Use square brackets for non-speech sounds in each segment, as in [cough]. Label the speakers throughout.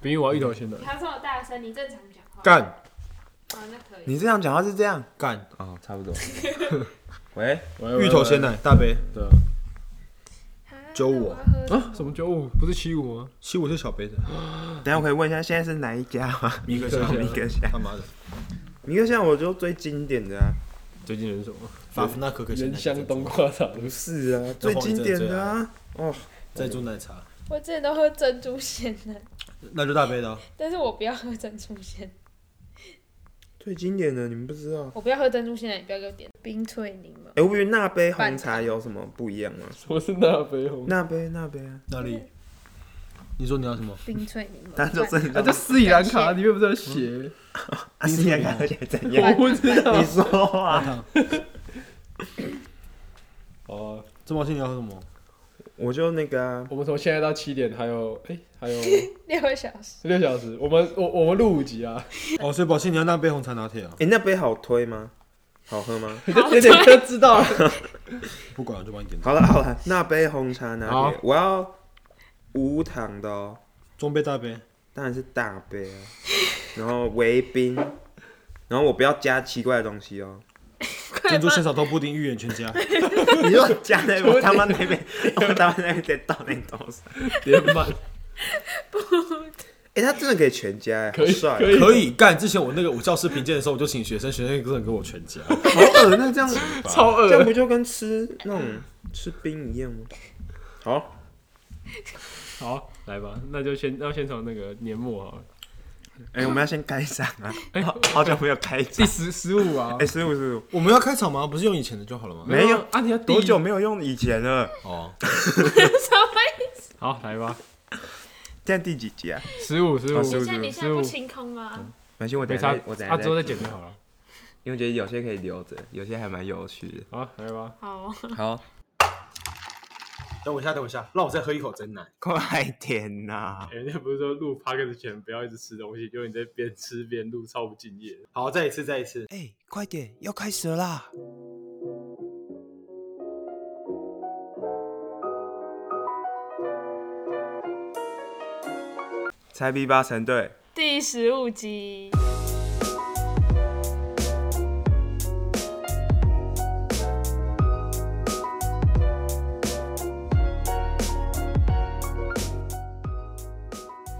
Speaker 1: 比我要一头先来。
Speaker 2: 他这么大声，你正常讲话。
Speaker 1: 干，
Speaker 2: 哦，那可以。
Speaker 3: 你这样讲话是这样干，
Speaker 4: 哦，差不多。喂，
Speaker 1: 喂
Speaker 3: 芋头鲜。
Speaker 1: 喂喂
Speaker 3: 奶大杯，
Speaker 1: 对啊，
Speaker 3: 揪我
Speaker 2: 啊那要喝
Speaker 1: 啊什么九五不是七五啊吗？
Speaker 3: 七五是小杯的，
Speaker 1: 嗯
Speaker 4: 等一下我可以问一下，现在是哪一家吗？
Speaker 1: 米克
Speaker 4: 叫
Speaker 1: 夏
Speaker 4: 米克夏，
Speaker 3: 他妈的，
Speaker 4: 米克夏，我就最经典的啊，
Speaker 1: 最近人什么？
Speaker 3: 法芙娜可可鲜
Speaker 1: 人
Speaker 3: 奶
Speaker 1: 香冬瓜茶。
Speaker 4: 不是啊，最经典的啊，哦，
Speaker 3: 珍珠奶茶，
Speaker 2: 我之前都喝珍珠鲜奶，
Speaker 3: 那就大杯的啊，
Speaker 2: 但是我不要喝珍珠鲜奶，
Speaker 4: 最经典的你们不知道。
Speaker 2: 我不要喝珍珠鲜奶，你不要给我点冰萃柠檬。
Speaker 4: 哎，我比那杯红茶有什么不一样吗？
Speaker 5: 嗯
Speaker 1: 什么是那杯红？
Speaker 4: 那杯那杯啊，
Speaker 3: 哪里？你说你要什么？
Speaker 2: 冰萃柠檬，
Speaker 4: 它就
Speaker 2: 半
Speaker 4: 正
Speaker 1: 啊，就斯里兰卡里面不是有写？
Speaker 4: [laughs] 啊，是那个而且怎
Speaker 1: 我
Speaker 4: 样？
Speaker 1: 不知道
Speaker 4: 你。说啊，
Speaker 1: 哦，
Speaker 3: 郑茂信你要喝什么？
Speaker 4: 我就那个啊，
Speaker 1: 我们从现在到七点还有哎，还有
Speaker 2: 六个小时。
Speaker 1: 六小时。我们我我们录五集啊，
Speaker 3: 哦，所以宝信你要那杯红茶拿铁啊？
Speaker 4: 哎，那杯好推吗？好喝吗？
Speaker 1: 你就点点就知道了。
Speaker 3: 不管了，就帮你点
Speaker 4: 好了好了，那杯红茶拿
Speaker 1: 好
Speaker 4: 铁，我要无糖的哦，
Speaker 3: 中杯大杯，
Speaker 4: 当然是大杯啊，然后微冰，然后我不要加奇怪的东西哦，
Speaker 3: 珍珠鲜草豆布丁芋圆全家，
Speaker 4: 你就 [laughs] 加
Speaker 1: [laughs]
Speaker 4: 那个我他妈那边， [laughs] 我他妈那边直接倒那个东西，
Speaker 1: 点满
Speaker 4: 哎，他真的可以全加哎，好
Speaker 1: 可以
Speaker 4: 帅哦，
Speaker 1: 可以
Speaker 3: 可以干。之前我那个我教师评鉴的时候，我就请学生，学生真的给我全家，
Speaker 4: 好恶，
Speaker 1: [laughs]
Speaker 4: 那这样
Speaker 1: 超
Speaker 4: 这样
Speaker 1: 饿。
Speaker 4: 不就跟吃那种吃冰一样吗？好，
Speaker 1: 好，来吧，那就先要先从那个年末好了，
Speaker 4: 哎，我们要先开场啊，
Speaker 1: 哎
Speaker 4: 好好久没有开
Speaker 1: 第
Speaker 4: 场，
Speaker 1: 十十五啊
Speaker 4: 哎，。十五十五，
Speaker 3: 我们要开场吗？不是用以前的就好了吗？
Speaker 4: 没有
Speaker 1: 啊？你要第一
Speaker 4: 多久？没有用以前了？
Speaker 3: 哦，
Speaker 2: [laughs]
Speaker 1: 好，来吧，
Speaker 4: 现在第几集啊？
Speaker 1: 十五十五
Speaker 4: 啊15
Speaker 2: 你现在你现在
Speaker 1: 15
Speaker 2: 不清空吗？
Speaker 4: 没关系，我等
Speaker 1: 没
Speaker 4: 一下
Speaker 1: 差
Speaker 4: 再，我等一
Speaker 1: 啊
Speaker 4: 下
Speaker 1: 之后
Speaker 4: 再
Speaker 1: 再剪就好了。
Speaker 4: 因为我觉得有些可以留着，有些还蛮有趣
Speaker 1: 好，来吧。
Speaker 2: 好，
Speaker 4: 的。好，
Speaker 3: 等我一下，等我一下，让我再喝一口真奶。
Speaker 4: 快点呐、
Speaker 1: 人家不是说录 p o d 之前不要一直吃东西，结果你在边吃边录，超不敬业。
Speaker 3: 好，再一次，再一次。
Speaker 4: 哎、快点，要开始了啦！猜 B 八成对，
Speaker 2: 第十五集。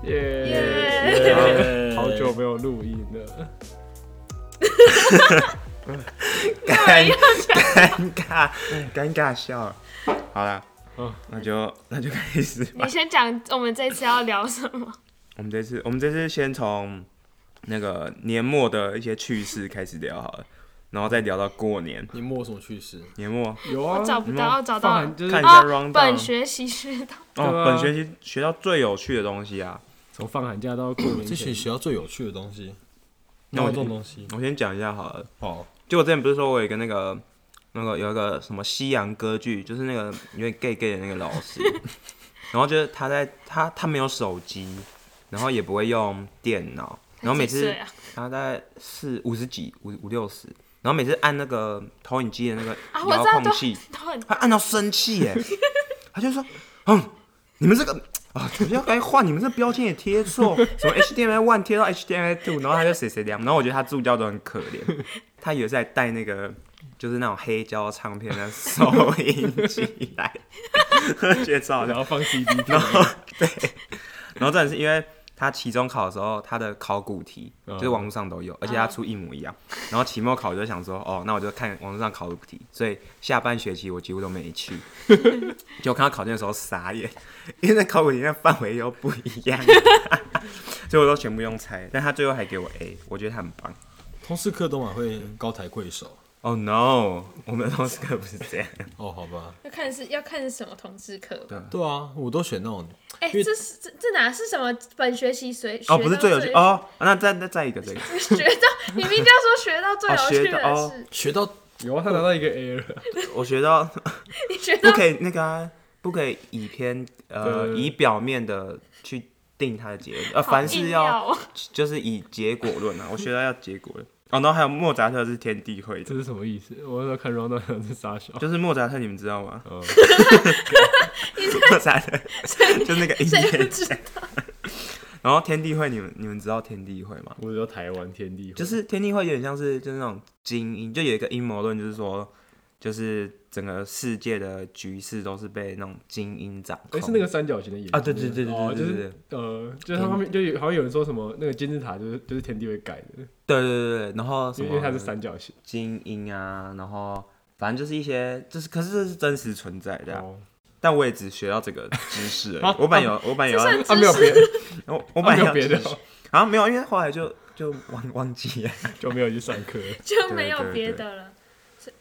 Speaker 1: 耶！
Speaker 3: 耶
Speaker 1: 好久没有录音了，
Speaker 4: 尴尴尬，尴尬笑了。好啦，
Speaker 1: 嗯
Speaker 4: 那就那就开始吧
Speaker 2: [laughs] 你。先讲我们这次要聊什么？
Speaker 4: 我们这次，我们这次先从那个年末的一些趣事开始聊好了，然后再聊到过年。
Speaker 3: 你摸什么去世？
Speaker 4: 年末
Speaker 1: 有啊
Speaker 5: 哦
Speaker 2: 我，找不到，找到
Speaker 1: 放
Speaker 2: 了
Speaker 1: 完就是
Speaker 4: 看一下
Speaker 2: 啊！
Speaker 4: rundown
Speaker 2: 本学期学到
Speaker 4: 哦，
Speaker 1: 对啊
Speaker 4: 本学期学到最有趣的东西啊，
Speaker 1: 从放寒假到过年前，
Speaker 3: 这学学校最有趣的东西，那
Speaker 4: 那我
Speaker 3: 我这种东西，
Speaker 4: 我先讲一下好了。
Speaker 3: 好，
Speaker 4: 就我之前不是说我有一个那个那个有一个什么西洋歌剧，就是那个有点 gay gay 的那个老
Speaker 2: [laughs]
Speaker 4: 师，然后就是他在他他没有手机，然后也不会用电脑，然后每
Speaker 2: 几岁
Speaker 4: 次
Speaker 2: 啊
Speaker 4: 他大概四五十几五五六十，然后每次按那个投影机的那个
Speaker 2: 啊，我
Speaker 4: 遥
Speaker 2: 知道
Speaker 4: 控
Speaker 2: 都
Speaker 4: 器，
Speaker 2: 都很
Speaker 4: 他按到生气耶，他就说，嗯，你们这个啊，不要该换，你们这标签也贴错，什么 HDMI one 贴到 HDMI two，然后他就谁谁凉，然后我觉得他助教都很可怜，他也是在带那个就是那种黑胶唱片的收音机来， [laughs] 我觉得超好笑
Speaker 1: 然。后放 CD，
Speaker 4: 然后真的是因为他期中考的时候，他的考古题
Speaker 1: 嗯
Speaker 4: 就是网络上都有，而且他出一模一样。然后期末考我就想说，哦，那我就看网络上考古题，所以下半学期我几乎都没 [laughs] 去。就看到考卷的时候傻眼，因为那考古题那范围又不一样， [laughs] 所以我都全部用猜。但他最后还给我 A，我觉得他很棒。
Speaker 3: 通识课都蛮会高抬贵手。
Speaker 4: Oh no！我们的老师课不是这样，
Speaker 3: 哦，好吧，
Speaker 2: 要看是要看是什么同志课吧。
Speaker 3: 对啊，我都选那种
Speaker 2: 哎、
Speaker 3: 为
Speaker 2: 这是这这哪是什么本学期学
Speaker 4: 哦，不是最有趣
Speaker 2: 学到
Speaker 4: 哦。那再再再一个这个，
Speaker 2: [laughs] 学到你明明就说学到最
Speaker 4: 哦
Speaker 2: 有趣
Speaker 4: 学
Speaker 2: 的
Speaker 4: 到
Speaker 2: 事，
Speaker 4: 哦
Speaker 3: 学到
Speaker 1: 有啊，他拿到一个 A 了，
Speaker 4: 我学到
Speaker 2: [laughs] 你学
Speaker 4: 不
Speaker 2: 到
Speaker 4: 可以那个、啊，不可以以偏呃
Speaker 1: 对
Speaker 4: 以表面的去定它的结论，呃，
Speaker 2: 好
Speaker 4: 凡事
Speaker 2: 硬
Speaker 4: 要
Speaker 2: 哦
Speaker 4: 就是以结果论啊。我学到要结果论哦，然后还有莫扎特是天地会
Speaker 1: 这
Speaker 4: 的，
Speaker 1: 是什么意思？我那时候看 Round 是傻笑，
Speaker 4: 就是莫扎特，你们知道吗？ [laughs]
Speaker 1: 嗯，
Speaker 4: 莫扎特就是那个音
Speaker 2: 谁不
Speaker 4: 乐，
Speaker 2: 知道？
Speaker 4: 然后天地会，你们你们知道天地会吗？
Speaker 1: 我说台湾天地会，
Speaker 4: 就是天地会有点像是就是那种精英，就有一个阴谋论，就是说，就是整个世界的局势都是被那种精英掌控。
Speaker 1: 哎、是那个三角形的眼
Speaker 4: 啊对对对对
Speaker 1: 哦
Speaker 4: 对对
Speaker 1: 就是
Speaker 4: 对
Speaker 1: 呃，就是他旁边就有好像有人说什么那个金字塔就是就是天地会改的，
Speaker 4: 对对对对，然后什
Speaker 1: 因
Speaker 4: 么
Speaker 1: 为因为它是三角形。
Speaker 4: 精英啊，然后反正就是一些，就是可是这是真实存在的啊、
Speaker 1: 哦，
Speaker 4: 但我也只学到这个知识
Speaker 1: [laughs]
Speaker 4: 而已。我本来有我本来有
Speaker 2: 这
Speaker 4: 要
Speaker 2: 算
Speaker 1: 啊没有别的，
Speaker 4: 我我
Speaker 1: 我哦
Speaker 4: 本
Speaker 1: 没
Speaker 4: 来
Speaker 1: 有
Speaker 4: 要
Speaker 1: 别的
Speaker 4: 知识，啊没有，因为后来就就忘忘记了。
Speaker 1: 就没有去上课，
Speaker 2: [laughs] 就没
Speaker 4: 对
Speaker 2: 有
Speaker 4: 对
Speaker 2: 别
Speaker 4: 对
Speaker 2: 的了。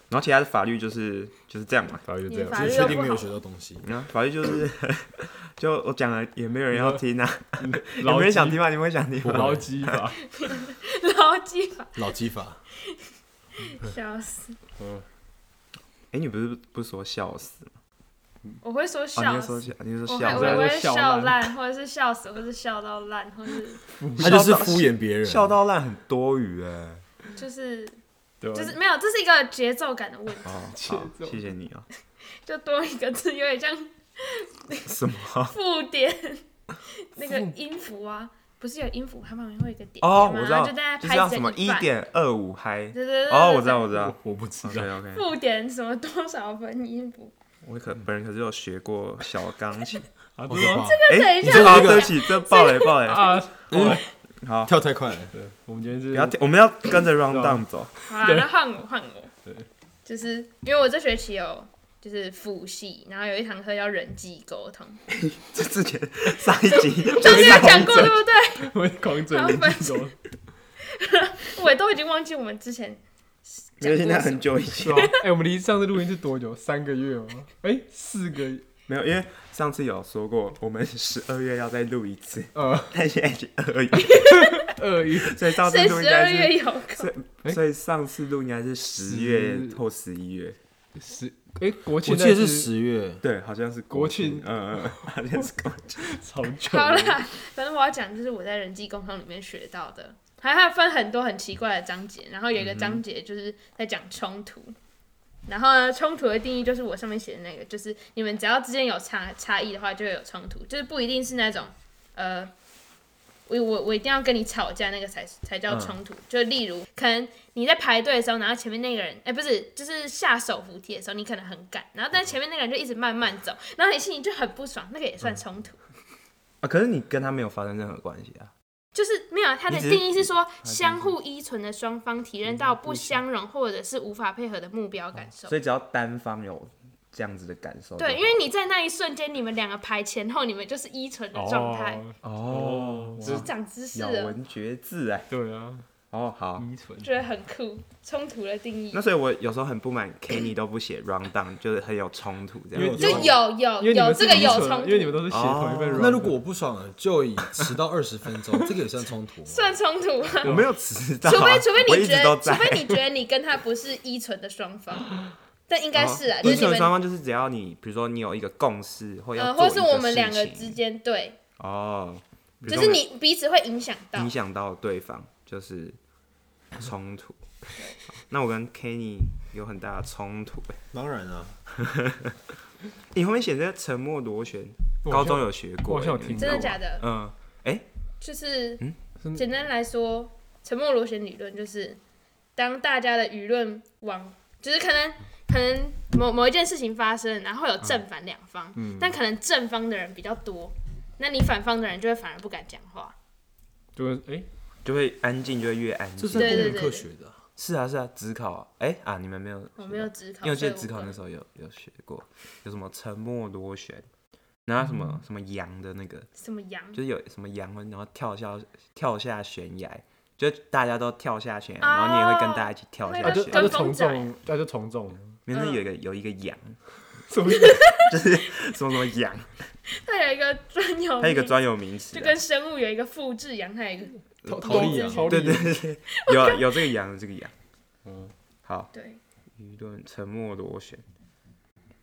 Speaker 4: 然后其他的法律就是就是这样嘛。
Speaker 1: 大概就
Speaker 2: 你
Speaker 1: 这样。
Speaker 2: 法
Speaker 3: 只
Speaker 2: 律
Speaker 3: 是
Speaker 2: 又
Speaker 3: 确
Speaker 2: 哎不
Speaker 3: 定没有
Speaker 2: 好，
Speaker 3: 学到东西。
Speaker 4: 然后法律就是 [laughs] 就我讲了也没有人要听啊，有
Speaker 1: 牢
Speaker 4: 没人
Speaker 1: 记 [laughs]
Speaker 4: 想听吗？你们会想听吗？
Speaker 1: 牢记法，
Speaker 2: 牢记法，
Speaker 3: 老
Speaker 2: [laughs]
Speaker 3: 基法，
Speaker 2: 笑死！
Speaker 1: 嗯，
Speaker 4: 哎，你不是不是说笑死吗？
Speaker 2: 我会说
Speaker 4: 哦，你
Speaker 2: 笑
Speaker 4: 会说
Speaker 2: 死，
Speaker 4: 笑，你会
Speaker 2: 我
Speaker 4: 说
Speaker 1: 这样
Speaker 2: 会我
Speaker 4: 笑
Speaker 1: 就
Speaker 4: 死，
Speaker 2: 会
Speaker 1: 笑
Speaker 2: 笑
Speaker 1: 烂
Speaker 2: 烂，或者是笑死，或者是笑到烂，或是
Speaker 3: 他就是敷衍别人，
Speaker 4: 笑到烂很多余哎。 [laughs]
Speaker 2: 就是
Speaker 1: 对吧？
Speaker 2: 就是没有，这是一个节奏感的问题，
Speaker 4: 哦，
Speaker 1: 节
Speaker 4: 好，
Speaker 1: 奏
Speaker 4: 谢谢你啊。
Speaker 2: 就多一个字，有点像
Speaker 4: 什么？
Speaker 2: 附点
Speaker 4: [laughs]
Speaker 2: 那个音符啊，不是有音符，它旁边会有一个点
Speaker 4: 哦，
Speaker 2: 点吗
Speaker 4: 我知道，
Speaker 2: 就大家
Speaker 4: 就
Speaker 2: 拍
Speaker 4: 是要
Speaker 2: 子
Speaker 4: 什么一
Speaker 2: 半，
Speaker 4: 点二五嗨。
Speaker 2: 对对对，
Speaker 4: 哦，
Speaker 2: 对
Speaker 4: 我知道，
Speaker 2: 对
Speaker 4: 我知道。
Speaker 1: 啊我不知道，
Speaker 4: OK OK，
Speaker 2: 附点什么多少分音
Speaker 4: [laughs]
Speaker 2: 符，
Speaker 4: 我可本人可是有学过小钢
Speaker 2: [laughs]
Speaker 4: 琴。
Speaker 1: 啊，
Speaker 3: 我
Speaker 1: 真的
Speaker 3: 的
Speaker 1: 吗
Speaker 3: 话
Speaker 2: 这等
Speaker 4: 哎，
Speaker 2: 一
Speaker 4: 你
Speaker 2: 下
Speaker 4: 这
Speaker 3: 我
Speaker 4: 啊，
Speaker 3: 这个
Speaker 4: 对不起，这爆雷爆雷。
Speaker 1: 啊，
Speaker 3: 哇
Speaker 4: 好，
Speaker 3: 跳太快了，
Speaker 1: 对，我们今天是
Speaker 4: 不要跳，我们要跟着 round
Speaker 1: 对
Speaker 4: down 走。
Speaker 2: 好啦，
Speaker 1: 对
Speaker 2: 那换我换我。
Speaker 1: 对，
Speaker 2: 就是因为我这学期有就是复习，然后有一堂课叫人际沟通，
Speaker 4: [laughs] 这之前上一集
Speaker 2: 上次
Speaker 4: 就
Speaker 2: 有
Speaker 4: 是
Speaker 2: 讲过对不对？
Speaker 1: 我会狂嘴邻居说，
Speaker 2: 我都已经忘记我们之前
Speaker 4: 因
Speaker 2: 讲过
Speaker 4: 为现在
Speaker 2: 什么
Speaker 4: 很久以
Speaker 1: 是
Speaker 4: 前
Speaker 1: 吧，？哎，我们离上次录音是多久？三个月吗？哎，四个，
Speaker 4: 没有，因为上次有说过，我们十二月要再录一次，
Speaker 1: 呃，
Speaker 4: 但现在已经二月，
Speaker 1: 二一，
Speaker 4: 所以上次
Speaker 2: 谁
Speaker 4: 录应
Speaker 2: 十二
Speaker 4: 该
Speaker 2: 月
Speaker 4: 是，
Speaker 2: 有空？
Speaker 1: 哎
Speaker 4: 所以上次录应该是十月
Speaker 1: 十
Speaker 4: 或十一月。
Speaker 1: 十，哎，国庆
Speaker 3: 我记得
Speaker 1: 那
Speaker 3: 是十月，
Speaker 4: 对，好像是
Speaker 1: 国
Speaker 4: 庆
Speaker 1: 庆，
Speaker 4: 嗯嗯，嗯好像是国庆。
Speaker 1: 超久了，
Speaker 2: 好啦，反正我要讲就是我在人际沟通里面学到的，还还有分很多很奇怪的章节，然后有一个章节就是在讲冲突。然后呢，冲突的定义就是我上面写的那个，就是你们只要之间有差差异的话，就会有冲突，就是不一定是那种，呃，我我我一定要跟你吵架那个才才叫冲突。就例如，可能你在排队的时候，然后前面那个人，哎、不是，就是下手扶梯的时候，你可能很赶，然后但前面那个人就一直慢慢走，然后你心里就很不爽，那个也算冲突。
Speaker 4: 啊，可是你跟他没有发生任何关系啊。
Speaker 2: 就是没有，它的
Speaker 4: 你只
Speaker 2: 定
Speaker 4: 是嗯
Speaker 2: 义是说相互依存的双方体认到不相容或者是无法配合的目标感受
Speaker 4: 嗯所。以只要单方有这样子的感受就好，
Speaker 2: 对，因为你在那一瞬间，你们两个排前后，你们就是依存的状态。
Speaker 1: 哦，
Speaker 4: 哦，
Speaker 1: 哇
Speaker 2: 就是长知识
Speaker 4: 咬
Speaker 2: 了，
Speaker 4: 文嚼字哎，
Speaker 1: 对啊，
Speaker 4: 哦好。
Speaker 1: 依存，
Speaker 2: 觉得很酷。冲突的定义
Speaker 4: 那所以，我有时候很不满，Kenny 都不写 round down，就是很有冲突这
Speaker 1: 因
Speaker 4: 样
Speaker 1: 为
Speaker 4: 子。
Speaker 2: 就有有
Speaker 1: 因为你
Speaker 2: 有
Speaker 1: 们
Speaker 2: 这个
Speaker 1: 是依
Speaker 2: 有
Speaker 1: 存
Speaker 2: 冲
Speaker 1: 因为你们
Speaker 2: 突，
Speaker 1: 都是写同一份
Speaker 4: 哦
Speaker 1: 软。
Speaker 3: 那如果我不爽了，就以迟到二十分钟， [laughs] 这个也算冲突吗？
Speaker 2: 算冲突吗？
Speaker 4: 我没有迟到啊，
Speaker 2: [laughs] 除非除
Speaker 4: 我
Speaker 2: 非你
Speaker 4: 一
Speaker 2: 觉
Speaker 4: 直都
Speaker 2: 得，除
Speaker 4: 在。
Speaker 2: 非你觉得你跟他不是依存的双
Speaker 4: [laughs]
Speaker 2: 方，但应
Speaker 4: 然
Speaker 2: 该
Speaker 4: 后
Speaker 2: 是啊，就
Speaker 4: 哦依
Speaker 2: 是你
Speaker 4: 存双
Speaker 2: 们
Speaker 4: 方就是只要你，比如说你有一个共识，或要
Speaker 2: 呃，
Speaker 4: 做
Speaker 2: 或
Speaker 4: 一
Speaker 2: 是我们
Speaker 4: 事
Speaker 2: 两个
Speaker 4: 情
Speaker 2: 之间对，
Speaker 4: 哦，比如
Speaker 2: 就
Speaker 4: 说
Speaker 2: 是
Speaker 4: 我
Speaker 2: 你彼此会影响到
Speaker 4: 影。响到对方，就是冲突。 [laughs] 好那我跟 Kenny 有很大的冲突。欸
Speaker 3: 当然啊，
Speaker 4: 你后面写这个沉默螺旋，
Speaker 1: 我好
Speaker 4: 高
Speaker 1: 像
Speaker 4: 中有学
Speaker 1: 我
Speaker 4: 过
Speaker 1: 好
Speaker 4: 欸，
Speaker 1: 像有
Speaker 4: 你
Speaker 1: 听
Speaker 4: 们
Speaker 2: 真的
Speaker 1: 过
Speaker 2: 假的？
Speaker 4: 嗯，
Speaker 2: 就是
Speaker 1: 真的
Speaker 2: 简单来说，沉默螺旋理论就是当大家的舆论往，就是可能可能某某一件事情发生，然后
Speaker 4: 嗯
Speaker 2: 有正反两方，但可能正方的人比较多，那你反方的人就会反而不敢讲话。
Speaker 1: 就是哎，
Speaker 4: 就会安静，就会越安
Speaker 3: 这是
Speaker 4: 静。
Speaker 3: 在
Speaker 2: 对
Speaker 3: 公
Speaker 2: 对
Speaker 3: 民课学的啊，
Speaker 4: 是啊，是啊，只考啊哎啊，你们没有学
Speaker 2: 我
Speaker 4: 到？
Speaker 2: 没有只考，
Speaker 4: 因为我记
Speaker 2: 所以
Speaker 4: 得只考
Speaker 2: 可
Speaker 4: 那时候有有学过，有什么沉默螺旋，然后什
Speaker 1: 嗯
Speaker 4: 么什么羊的那个，
Speaker 2: 什么羊
Speaker 4: 就是有什么羊，然后跳下跳下悬崖，就大家都跳下悬崖，然后你也会跟大家一起跳
Speaker 2: 那
Speaker 4: 下
Speaker 1: 那
Speaker 2: 个
Speaker 1: 啊就
Speaker 4: 悬
Speaker 1: 那
Speaker 2: 哦
Speaker 4: 崖
Speaker 2: 跟。嗯
Speaker 1: 就
Speaker 2: 风
Speaker 1: 从
Speaker 2: 仔
Speaker 1: 众，那就从众，
Speaker 4: 里面有一个有一个羊，
Speaker 1: 什么意思？ [laughs]
Speaker 4: 什么什么羊，
Speaker 2: 它有一个专有名，
Speaker 4: 它有一个专嗯有名词
Speaker 2: 就
Speaker 4: 啊、
Speaker 2: 跟生物有一个复制羊，它有一个
Speaker 1: 逃
Speaker 3: 逃离啊
Speaker 1: 逃
Speaker 4: 对
Speaker 1: 离
Speaker 4: 对对，对有啊有这个羊，有这个羊。
Speaker 1: 嗯
Speaker 4: 好，
Speaker 2: 对，
Speaker 4: 舆论沉默螺旋。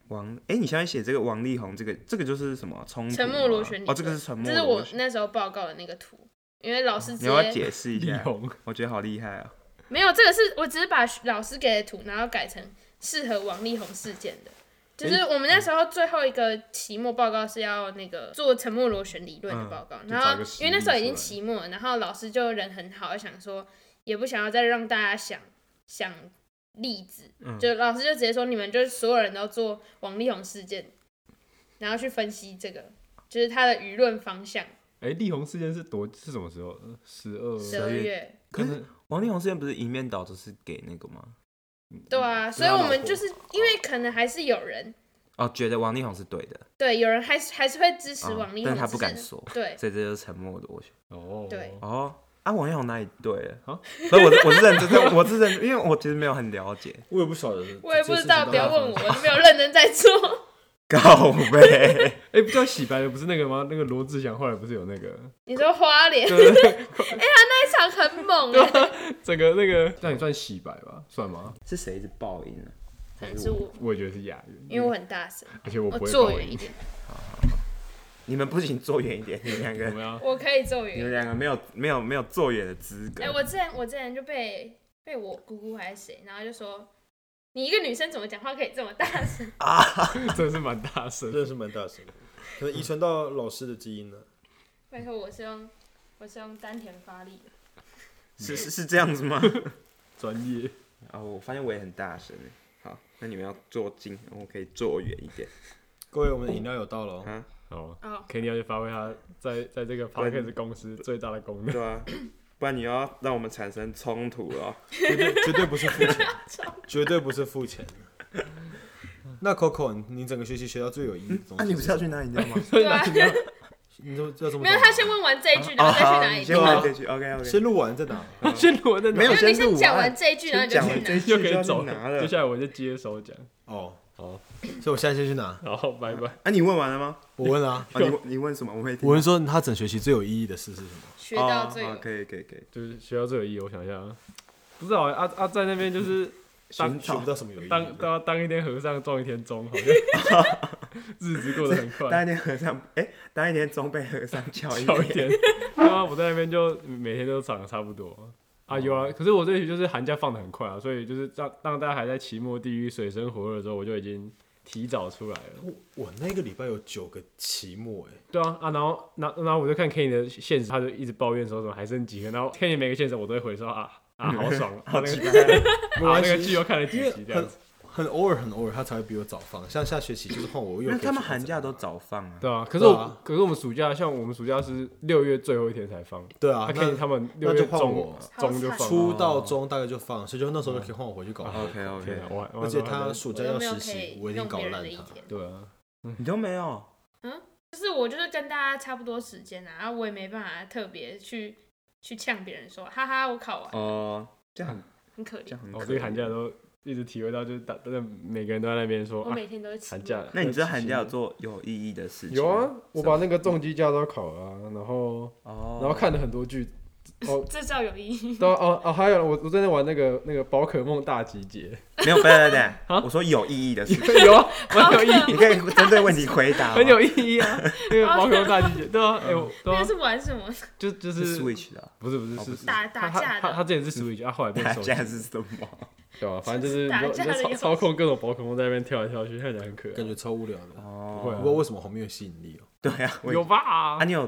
Speaker 4: 王，哎、你现在写这个王力宏，这个这个就是什么冲突吗？
Speaker 2: 沉默螺旋理
Speaker 4: 哦，这个
Speaker 2: 论
Speaker 4: 是沉默
Speaker 2: 这是
Speaker 4: 螺
Speaker 2: 我
Speaker 4: 旋。哦
Speaker 2: 那时候报告的那个图，因为老师直
Speaker 4: 你要不
Speaker 2: 接
Speaker 4: 要解释一
Speaker 1: 力
Speaker 4: [laughs] 下？
Speaker 1: 宏，
Speaker 4: 我觉得好厉害啊！
Speaker 2: 没有，这个是我只是把老师给的图，然后改成适合王力宏事件的。就是我们那时候最后一个期末报告是要那个做沉默螺旋理论的报告，
Speaker 4: 嗯
Speaker 2: 然
Speaker 4: 就找一
Speaker 2: 后
Speaker 4: 个
Speaker 2: 因
Speaker 4: 实
Speaker 2: 为
Speaker 4: 例
Speaker 2: 那时候已经
Speaker 4: 出来
Speaker 2: 期末了，然后老师就人很好，想说也不想要再让大家想想例子，
Speaker 4: [laughs] 嗯
Speaker 2: 就老师就直接说你们就是所有人都做王力宏事件，然后去分析这个就是他的舆论方向。
Speaker 5: 哎，力宏事件是多是什么时候？十二
Speaker 2: 十二
Speaker 4: 月
Speaker 2: 月，
Speaker 4: 可
Speaker 5: 可
Speaker 4: 是
Speaker 5: 是
Speaker 4: 王力宏之前不是一面倒，就是给那个吗？嗯
Speaker 2: 对啊，所以我们就是因为可能还是有人
Speaker 4: 哦，觉得王力宏是对的，
Speaker 2: 对有人还是还是会支持
Speaker 4: 哦
Speaker 2: 王力宏，
Speaker 4: 但是他不敢
Speaker 2: 只是
Speaker 4: 说，
Speaker 2: 对，
Speaker 4: 所以这就是沉默的螺旋。
Speaker 5: 哦，
Speaker 2: 对
Speaker 4: 哦，啊，王力宏哪里对了？
Speaker 5: 啊
Speaker 4: 不是，我是我是认真的，我是认真，因为我其实没有很了解， [laughs]
Speaker 3: 我也不晓得，
Speaker 2: 我也不知道，
Speaker 3: 这
Speaker 2: 不
Speaker 3: 件事情到底
Speaker 2: 要问
Speaker 3: 发生
Speaker 2: 我，我都没有认真在做。
Speaker 4: 告 [laughs] 呗。
Speaker 5: 哎，不叫洗白的不是那个吗？那个罗志祥后来不是有那个
Speaker 2: 你说花莲， [laughs] 哎、他那一场很猛哎、
Speaker 5: 整个那个，那你算洗白吧？算吗？
Speaker 4: 是谁一直爆音啊呢？
Speaker 2: 可能是我，
Speaker 5: 我也觉得是雅云，
Speaker 2: 因为我很大声，
Speaker 5: 而且我
Speaker 2: 我
Speaker 5: 不会
Speaker 2: 坐
Speaker 5: 报
Speaker 2: 远
Speaker 5: 应
Speaker 2: 一点，
Speaker 4: 你们不行，坐远一点，你们
Speaker 5: 我
Speaker 4: 两个，
Speaker 5: 们要
Speaker 2: 我可以坐远
Speaker 4: 你
Speaker 2: 一点。
Speaker 4: 们两个没有没有没有坐远的资格
Speaker 2: 哎、。我之前我之前就被被我姑姑还是谁，然后就说你一个女生怎么讲话可以这么大声？
Speaker 5: [laughs]
Speaker 2: [laughs]
Speaker 5: 真的是蛮大声
Speaker 3: 真。的是蛮大声的，可能遗传到老师的基因了。
Speaker 2: 拜托，我是用我是用丹田发力的。
Speaker 4: 是是是这样子吗？ [laughs]
Speaker 5: 专业。
Speaker 4: 哦，我发现我也很大声耶。好，那你们要坐近，我可以坐远一点。
Speaker 3: 各位，我们的饮料有到了、哦，
Speaker 4: 啊
Speaker 5: 哦
Speaker 2: 哦
Speaker 5: 肯定要去发挥他在在这个 p a r k e s 公司最大的功能。
Speaker 4: 对啊，不然你又要让我们产生冲突了哦。
Speaker 3: 绝对绝对不是
Speaker 2: [laughs]
Speaker 3: 付钱，绝对不是付钱。那 Coco，你你整个学期学到最有意义的
Speaker 5: 啊
Speaker 3: 东西？
Speaker 4: 去拿饮料
Speaker 2: [laughs]
Speaker 4: 吗？
Speaker 2: 对
Speaker 5: [laughs]
Speaker 2: 啊，
Speaker 4: [laughs]
Speaker 3: 你都要这么
Speaker 2: 没有，他先问完这一句，然后再去哪
Speaker 4: 哦你
Speaker 2: 里？
Speaker 4: 先玩这句，OK OK。
Speaker 3: 先录完再
Speaker 5: [laughs]
Speaker 3: 拿。
Speaker 5: 先裸在哪？
Speaker 4: 没有
Speaker 2: 没有，你
Speaker 4: 先录
Speaker 2: 先讲
Speaker 4: 完
Speaker 2: 完这一句，然后你就
Speaker 4: 讲完这一
Speaker 2: 去
Speaker 4: 句
Speaker 5: 就
Speaker 4: 就
Speaker 5: 可以
Speaker 4: 要去
Speaker 5: 走
Speaker 4: 拿了
Speaker 5: 接。下来我就接手讲，
Speaker 3: 哦，
Speaker 5: 好，
Speaker 3: 所以我现在先去拿。
Speaker 5: 然后拜拜。
Speaker 4: 啊，你问完了吗？
Speaker 3: 我问
Speaker 5: [laughs]
Speaker 3: 啊，
Speaker 4: 啊，你问你问什么？我没听。
Speaker 3: 我问说他整学期最有意义的事是什么？
Speaker 2: 哪，学到最
Speaker 4: 哦
Speaker 2: 有
Speaker 4: 好可以可以可以。
Speaker 5: 就是学校最有意义，我想一下啊，不知道啊啊在那边就是当
Speaker 4: 寻
Speaker 3: 学
Speaker 4: 找
Speaker 3: 不到什么有意义
Speaker 5: 当
Speaker 3: 的。
Speaker 5: 当当一天和尚撞一天钟，好像 [laughs] 日子过得很快
Speaker 4: 当。一天和尚，哎、当一天钟被和尚敲
Speaker 3: [laughs]
Speaker 4: 一
Speaker 5: 小一
Speaker 4: [laughs] 遍。
Speaker 5: 点，对啊，我在那边就每天都长得差不多啊，有
Speaker 3: 哦
Speaker 5: 啊，可是我这里就是寒假放的很快啊，所以就是让让大家还在期末地狱水深火热的时候，我就已经提早出来了。
Speaker 3: 我我那个礼拜有九个期末哎、
Speaker 5: 对啊啊，然后那然后我就看 Kenny 的现实，他就一直抱怨说什么还剩几个，然后 Kenny 每个现实我都会回说啊
Speaker 3: [laughs]
Speaker 5: 啊好爽，好那个啊那个剧又看了
Speaker 3: 因
Speaker 5: 几
Speaker 3: 为
Speaker 5: 集这样
Speaker 3: 很
Speaker 5: 子。
Speaker 3: 很偶尔很偶尔他才会比我早放，像下学期就是换我又
Speaker 4: 因
Speaker 3: 可以
Speaker 4: 为
Speaker 3: 去
Speaker 4: 他们
Speaker 3: 早
Speaker 4: 寒假
Speaker 3: 放
Speaker 4: 都早放啊，
Speaker 5: 对啊，可是我、
Speaker 3: 对啊
Speaker 5: 可是我们暑假像我们暑假是六月最后一天才放，
Speaker 3: 对
Speaker 5: 啊
Speaker 3: 啊，那
Speaker 5: Kenny 他们
Speaker 3: 那
Speaker 5: 六
Speaker 3: 就
Speaker 5: 月
Speaker 3: 换
Speaker 5: 中
Speaker 3: 我
Speaker 5: 中就放了。哦
Speaker 3: 初到中大概就放，所以就那时候就可以换我回去搞。
Speaker 4: OK OK，
Speaker 5: 天啊，我还我还
Speaker 3: 而且
Speaker 5: 说还
Speaker 3: 他
Speaker 5: 在
Speaker 3: 暑
Speaker 2: 我
Speaker 3: 假
Speaker 2: 都
Speaker 3: 要
Speaker 2: 没有
Speaker 3: 实
Speaker 2: 可以
Speaker 3: 习，我一定
Speaker 2: 用
Speaker 3: 搞
Speaker 2: 别人
Speaker 3: 烂
Speaker 2: 的一
Speaker 3: 他。
Speaker 2: 天。
Speaker 5: 对啊，
Speaker 4: 你都没有，
Speaker 2: 就是我就是跟大家差不多时间啊，然后我也没办法特别去去呛别人说，哈哈，我考完、
Speaker 4: 哦，这样
Speaker 2: 很可
Speaker 4: 这
Speaker 2: 怜。
Speaker 4: 样很可
Speaker 5: 我、
Speaker 4: 怜。
Speaker 5: 哦这个寒假都一直体会到，就是大，真的每个人都在那边说
Speaker 2: 我
Speaker 5: 啊，
Speaker 2: 每天都是期
Speaker 5: 寒
Speaker 2: 末，
Speaker 5: 假。
Speaker 4: 那你知道寒假有做有意义的事情？
Speaker 5: 有啊，，我把那个重机驾照考了啊、然后
Speaker 4: 哦，
Speaker 5: 然后看了很多剧，哦
Speaker 2: 这叫有意义。
Speaker 5: 都哦哦，还有我我在那玩那个那个宝可梦大集结，
Speaker 4: 没有，不对不对，
Speaker 5: 啊
Speaker 4: 我说有意义的事情，
Speaker 5: [laughs] 有 [laughs] [laughs] 啊，蛮有意义，
Speaker 4: 你可以针对问题回答吗。
Speaker 5: 很有意义啊， [laughs] 那个宝可梦大集结，对啊，哎、我对
Speaker 2: [laughs] 那
Speaker 5: 啊，
Speaker 2: 是玩什么？
Speaker 5: 就就是是
Speaker 4: Switch 的啊，
Speaker 5: 不是不是是
Speaker 2: 打打架
Speaker 5: 他
Speaker 2: 的
Speaker 5: 他他之前是 Switch，啊，后来变
Speaker 4: 寒 [laughs]
Speaker 5: 手机，
Speaker 4: 假是什么？
Speaker 5: 对啊，反正就是你就
Speaker 2: 打架的
Speaker 5: 你就
Speaker 2: 游
Speaker 5: 操
Speaker 2: 戏
Speaker 5: 操控各种宝可梦在那边跳来跳去，看起来很可爱，
Speaker 3: 感觉超无聊的。
Speaker 5: 不
Speaker 4: 哦，
Speaker 5: 会
Speaker 3: 不
Speaker 5: 啊
Speaker 3: 知道为什么红没有吸引力哦。
Speaker 4: 对啊，我也
Speaker 5: 有吧
Speaker 4: 啊，？你有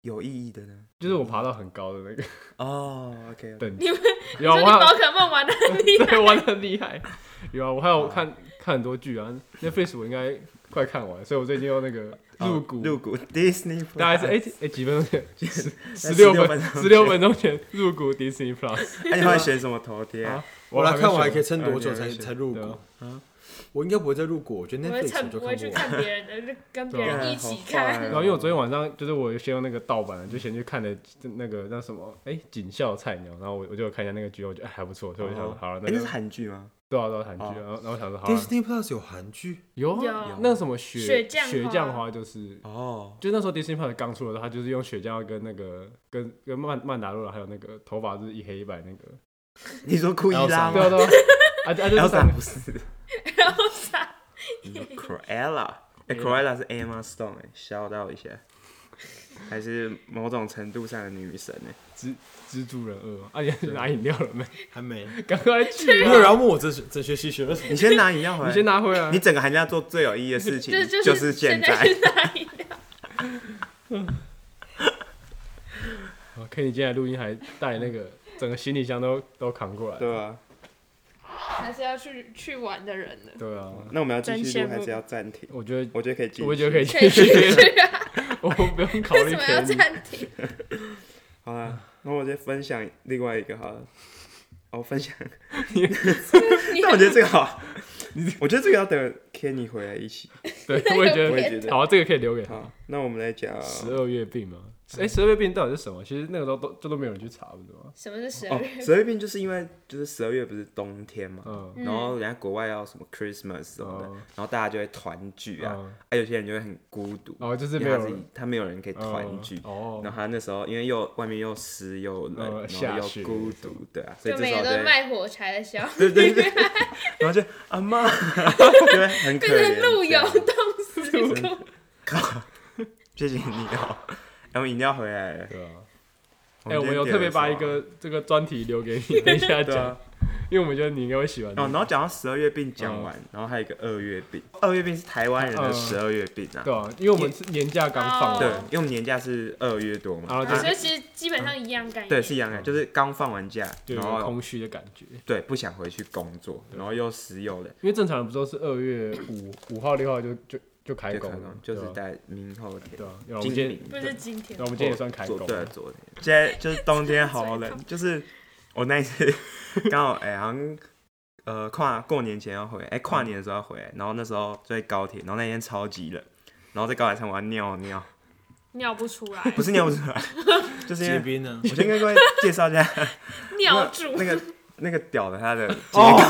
Speaker 4: 有意义的呢？
Speaker 5: 就是我爬到很高的那个，
Speaker 4: 哦，OK，
Speaker 5: 对 [laughs]
Speaker 2: 你
Speaker 5: 有啊
Speaker 2: 说你
Speaker 5: 我还有
Speaker 2: 宝可梦玩的哦很厉害，
Speaker 5: [laughs] 对，玩的很厉害。有啊，我还有看看很多剧啊，Netflix 我应该快看完，所以我最近用那个入股，
Speaker 4: 哦入股 Disney，
Speaker 5: 大概是
Speaker 4: [laughs]
Speaker 5: 哎哎几分钟前，十十
Speaker 4: 16
Speaker 5: 六分
Speaker 4: 分钟
Speaker 5: 十六分钟前入股 Disney
Speaker 4: [laughs]
Speaker 5: Plus。
Speaker 4: 啊那你会选什么头贴？
Speaker 5: 啊
Speaker 3: 我来看我还可以
Speaker 5: 以，
Speaker 3: 撑多久才
Speaker 4: 还没选
Speaker 3: 才入
Speaker 5: 对啊
Speaker 3: 股？我应该不会再入股，我觉得
Speaker 2: 我会
Speaker 3: Netflix 我
Speaker 2: 趁
Speaker 3: 就
Speaker 2: 我
Speaker 3: 看
Speaker 2: 会去
Speaker 3: 过了。
Speaker 2: 看别人的，就跟别
Speaker 4: 对啊
Speaker 2: 人一起
Speaker 4: 好坏
Speaker 2: 看
Speaker 4: 啊。
Speaker 5: 然后因为我昨天晚上就是我先用那个盗版，就先去看了那个那什么，哎，警校菜鸟，然后我我就有看一下那个剧，我觉得哎还不错，所以我就想说
Speaker 4: 哦
Speaker 5: 好了，那
Speaker 4: 哎，这是
Speaker 5: 就
Speaker 4: 韩剧吗？
Speaker 5: 多少多少韩剧啊，然后然后我想说好了，
Speaker 3: Disney Plus 有韩剧，
Speaker 5: 有啊
Speaker 2: 有
Speaker 5: 那个什么
Speaker 2: 雪
Speaker 5: 雪
Speaker 2: 降花
Speaker 5: 雪降花就是
Speaker 4: 哦，
Speaker 5: 就那时候 Disney Plus 刚出的时候，他就是用雪茄跟那个跟跟曼曼达洛还有那个头发是一黑一白那个，
Speaker 4: 你说库伊拉
Speaker 5: 对啊
Speaker 4: 吗
Speaker 5: 对啊，啊啊就是
Speaker 4: ？Elsa
Speaker 5: 三
Speaker 4: 不是。
Speaker 2: 然后啥？
Speaker 4: Cruella，哎、c r u e l l a 是 Emma Stone，哎、笑到一下。还是某种程度上的女神哎呢、
Speaker 5: 蜘蛛人二吗，啊，你还是拿饮料了没？ [laughs]
Speaker 3: 还没。
Speaker 5: 赶快去
Speaker 3: 没
Speaker 5: 啊！
Speaker 3: 有人要问我这这学期学了什么，
Speaker 4: [laughs] 你先拿饮料回来，
Speaker 5: 你先拿回来
Speaker 4: 你。整个寒假做最有意义的事情
Speaker 2: 这
Speaker 4: 就是现
Speaker 2: 在是哪一辆？
Speaker 5: 哦看你今天来录音还带那个整个行李箱都都扛过来。
Speaker 4: [laughs] 对啊，
Speaker 2: 还是要去去玩的人呢？
Speaker 5: 对啊，
Speaker 4: 那我们要继续
Speaker 2: 真羡
Speaker 4: 录
Speaker 2: 慕
Speaker 4: 还是要暂停？
Speaker 5: 我觉得
Speaker 4: 我觉得可以继续。
Speaker 5: 我觉得可以
Speaker 2: 可
Speaker 5: 继
Speaker 2: 以去
Speaker 5: 续，
Speaker 2: 啊！
Speaker 5: [laughs] 我不用考
Speaker 2: 为
Speaker 5: 虑
Speaker 2: 什么要
Speaker 5: 便宜。
Speaker 2: 暂停？
Speaker 4: 好 [laughs] 啦，那我再分享另外一个好了。哦，分
Speaker 2: [laughs]
Speaker 4: 享，
Speaker 2: 你
Speaker 4: 但我觉得这个好，我觉得这个要等 Kenny 回来一起。
Speaker 5: 对，我也觉
Speaker 4: 我也
Speaker 5: 得。
Speaker 4: 觉得。
Speaker 5: 好，这个可以留给他。
Speaker 4: 好，那我们来讲
Speaker 5: 十二月病吗？哎，十二月病到底是什么？其实那个时候都这都没有人去查，不是吗？
Speaker 2: 什么是十二
Speaker 4: 哦
Speaker 2: 月？，
Speaker 4: 十二月病就是因为就是十二月不是冬天嘛，
Speaker 5: 嗯，
Speaker 4: 然后人家国外要什么 Christmas 什么的，
Speaker 5: 哦
Speaker 4: 然后大家就会团聚啊，
Speaker 5: 嗯
Speaker 4: 啊有些人就会很孤独，
Speaker 5: 哦，就是
Speaker 4: 因
Speaker 5: 没
Speaker 4: 为他
Speaker 5: 有
Speaker 4: 自己
Speaker 5: 人
Speaker 4: 他没有人可以
Speaker 5: 嗯
Speaker 4: 团聚，
Speaker 5: 哦
Speaker 4: 然后他那时候因为又外面又湿又冷，
Speaker 5: 呃
Speaker 4: 然
Speaker 5: 下
Speaker 4: 后
Speaker 5: 雪
Speaker 4: 又孤独，对啊，所以
Speaker 2: 就
Speaker 4: 这时
Speaker 2: 每
Speaker 4: 候
Speaker 2: 个
Speaker 4: 就
Speaker 5: [laughs]
Speaker 2: 都
Speaker 4: 会
Speaker 2: 卖火柴的小，
Speaker 4: 对对对，对然后就阿妈， [laughs] 就会很
Speaker 2: 变成
Speaker 4: 可怜这
Speaker 2: 路
Speaker 4: 样，
Speaker 2: 由冻死狗。
Speaker 4: 谢谢你哦， [laughs] 然后饮料回来了，
Speaker 5: 对啊。
Speaker 4: 哎
Speaker 5: 哎、我们有特别把一个这个专题留给你，等一下
Speaker 4: 对
Speaker 5: 讲，
Speaker 4: 啊。
Speaker 5: 因为我们觉得你应该会喜欢、
Speaker 4: 哦，然后讲到十二月病讲完，然后还有一个二月病，二月病是台湾人的
Speaker 5: 嗯
Speaker 4: 十二月病啊。
Speaker 5: 对啊，因为我们是年假刚放
Speaker 4: 对
Speaker 5: 完，
Speaker 2: 哦，
Speaker 4: 因为我们年假是二月多嘛，
Speaker 5: 然后
Speaker 2: 啊
Speaker 5: 就是
Speaker 2: 所以其实基本上一样概念。
Speaker 4: 对，是一样的，就是刚放完假，
Speaker 5: 就有
Speaker 4: 然
Speaker 5: 一个
Speaker 4: 后
Speaker 5: 空虚的感觉，
Speaker 4: 对不想回去工作，然后又时有冷，
Speaker 5: 因为正常人不都是二月五五号六号就就就开
Speaker 4: 就
Speaker 5: 工
Speaker 4: 开
Speaker 5: 了
Speaker 4: 工，，就是
Speaker 5: 对啊
Speaker 4: 在明后天
Speaker 5: 对，啊，然后我
Speaker 4: 今
Speaker 5: 们今天，
Speaker 2: 不是今天
Speaker 5: 那我们今天也算开
Speaker 4: 昨
Speaker 5: 工
Speaker 4: 对
Speaker 5: [laughs] 了，
Speaker 4: 昨天，现在就是冬天好冷，
Speaker 2: [laughs]
Speaker 4: 就是我那
Speaker 5: [laughs]
Speaker 4: 一次刚好哎、好像呃跨过年前要回，哎、跨年的时候要回来，然后那时候在高铁，然后那天超级冷，然后在高铁上我要尿尿，
Speaker 2: 尿不出来，
Speaker 4: 不是尿不出来，就是因
Speaker 3: 结 [laughs]
Speaker 4: 为
Speaker 3: 冰呢？
Speaker 4: 我先跟各位介绍一下
Speaker 2: 尿住。
Speaker 4: 那个那个屌的它的结
Speaker 5: 哦
Speaker 4: 构，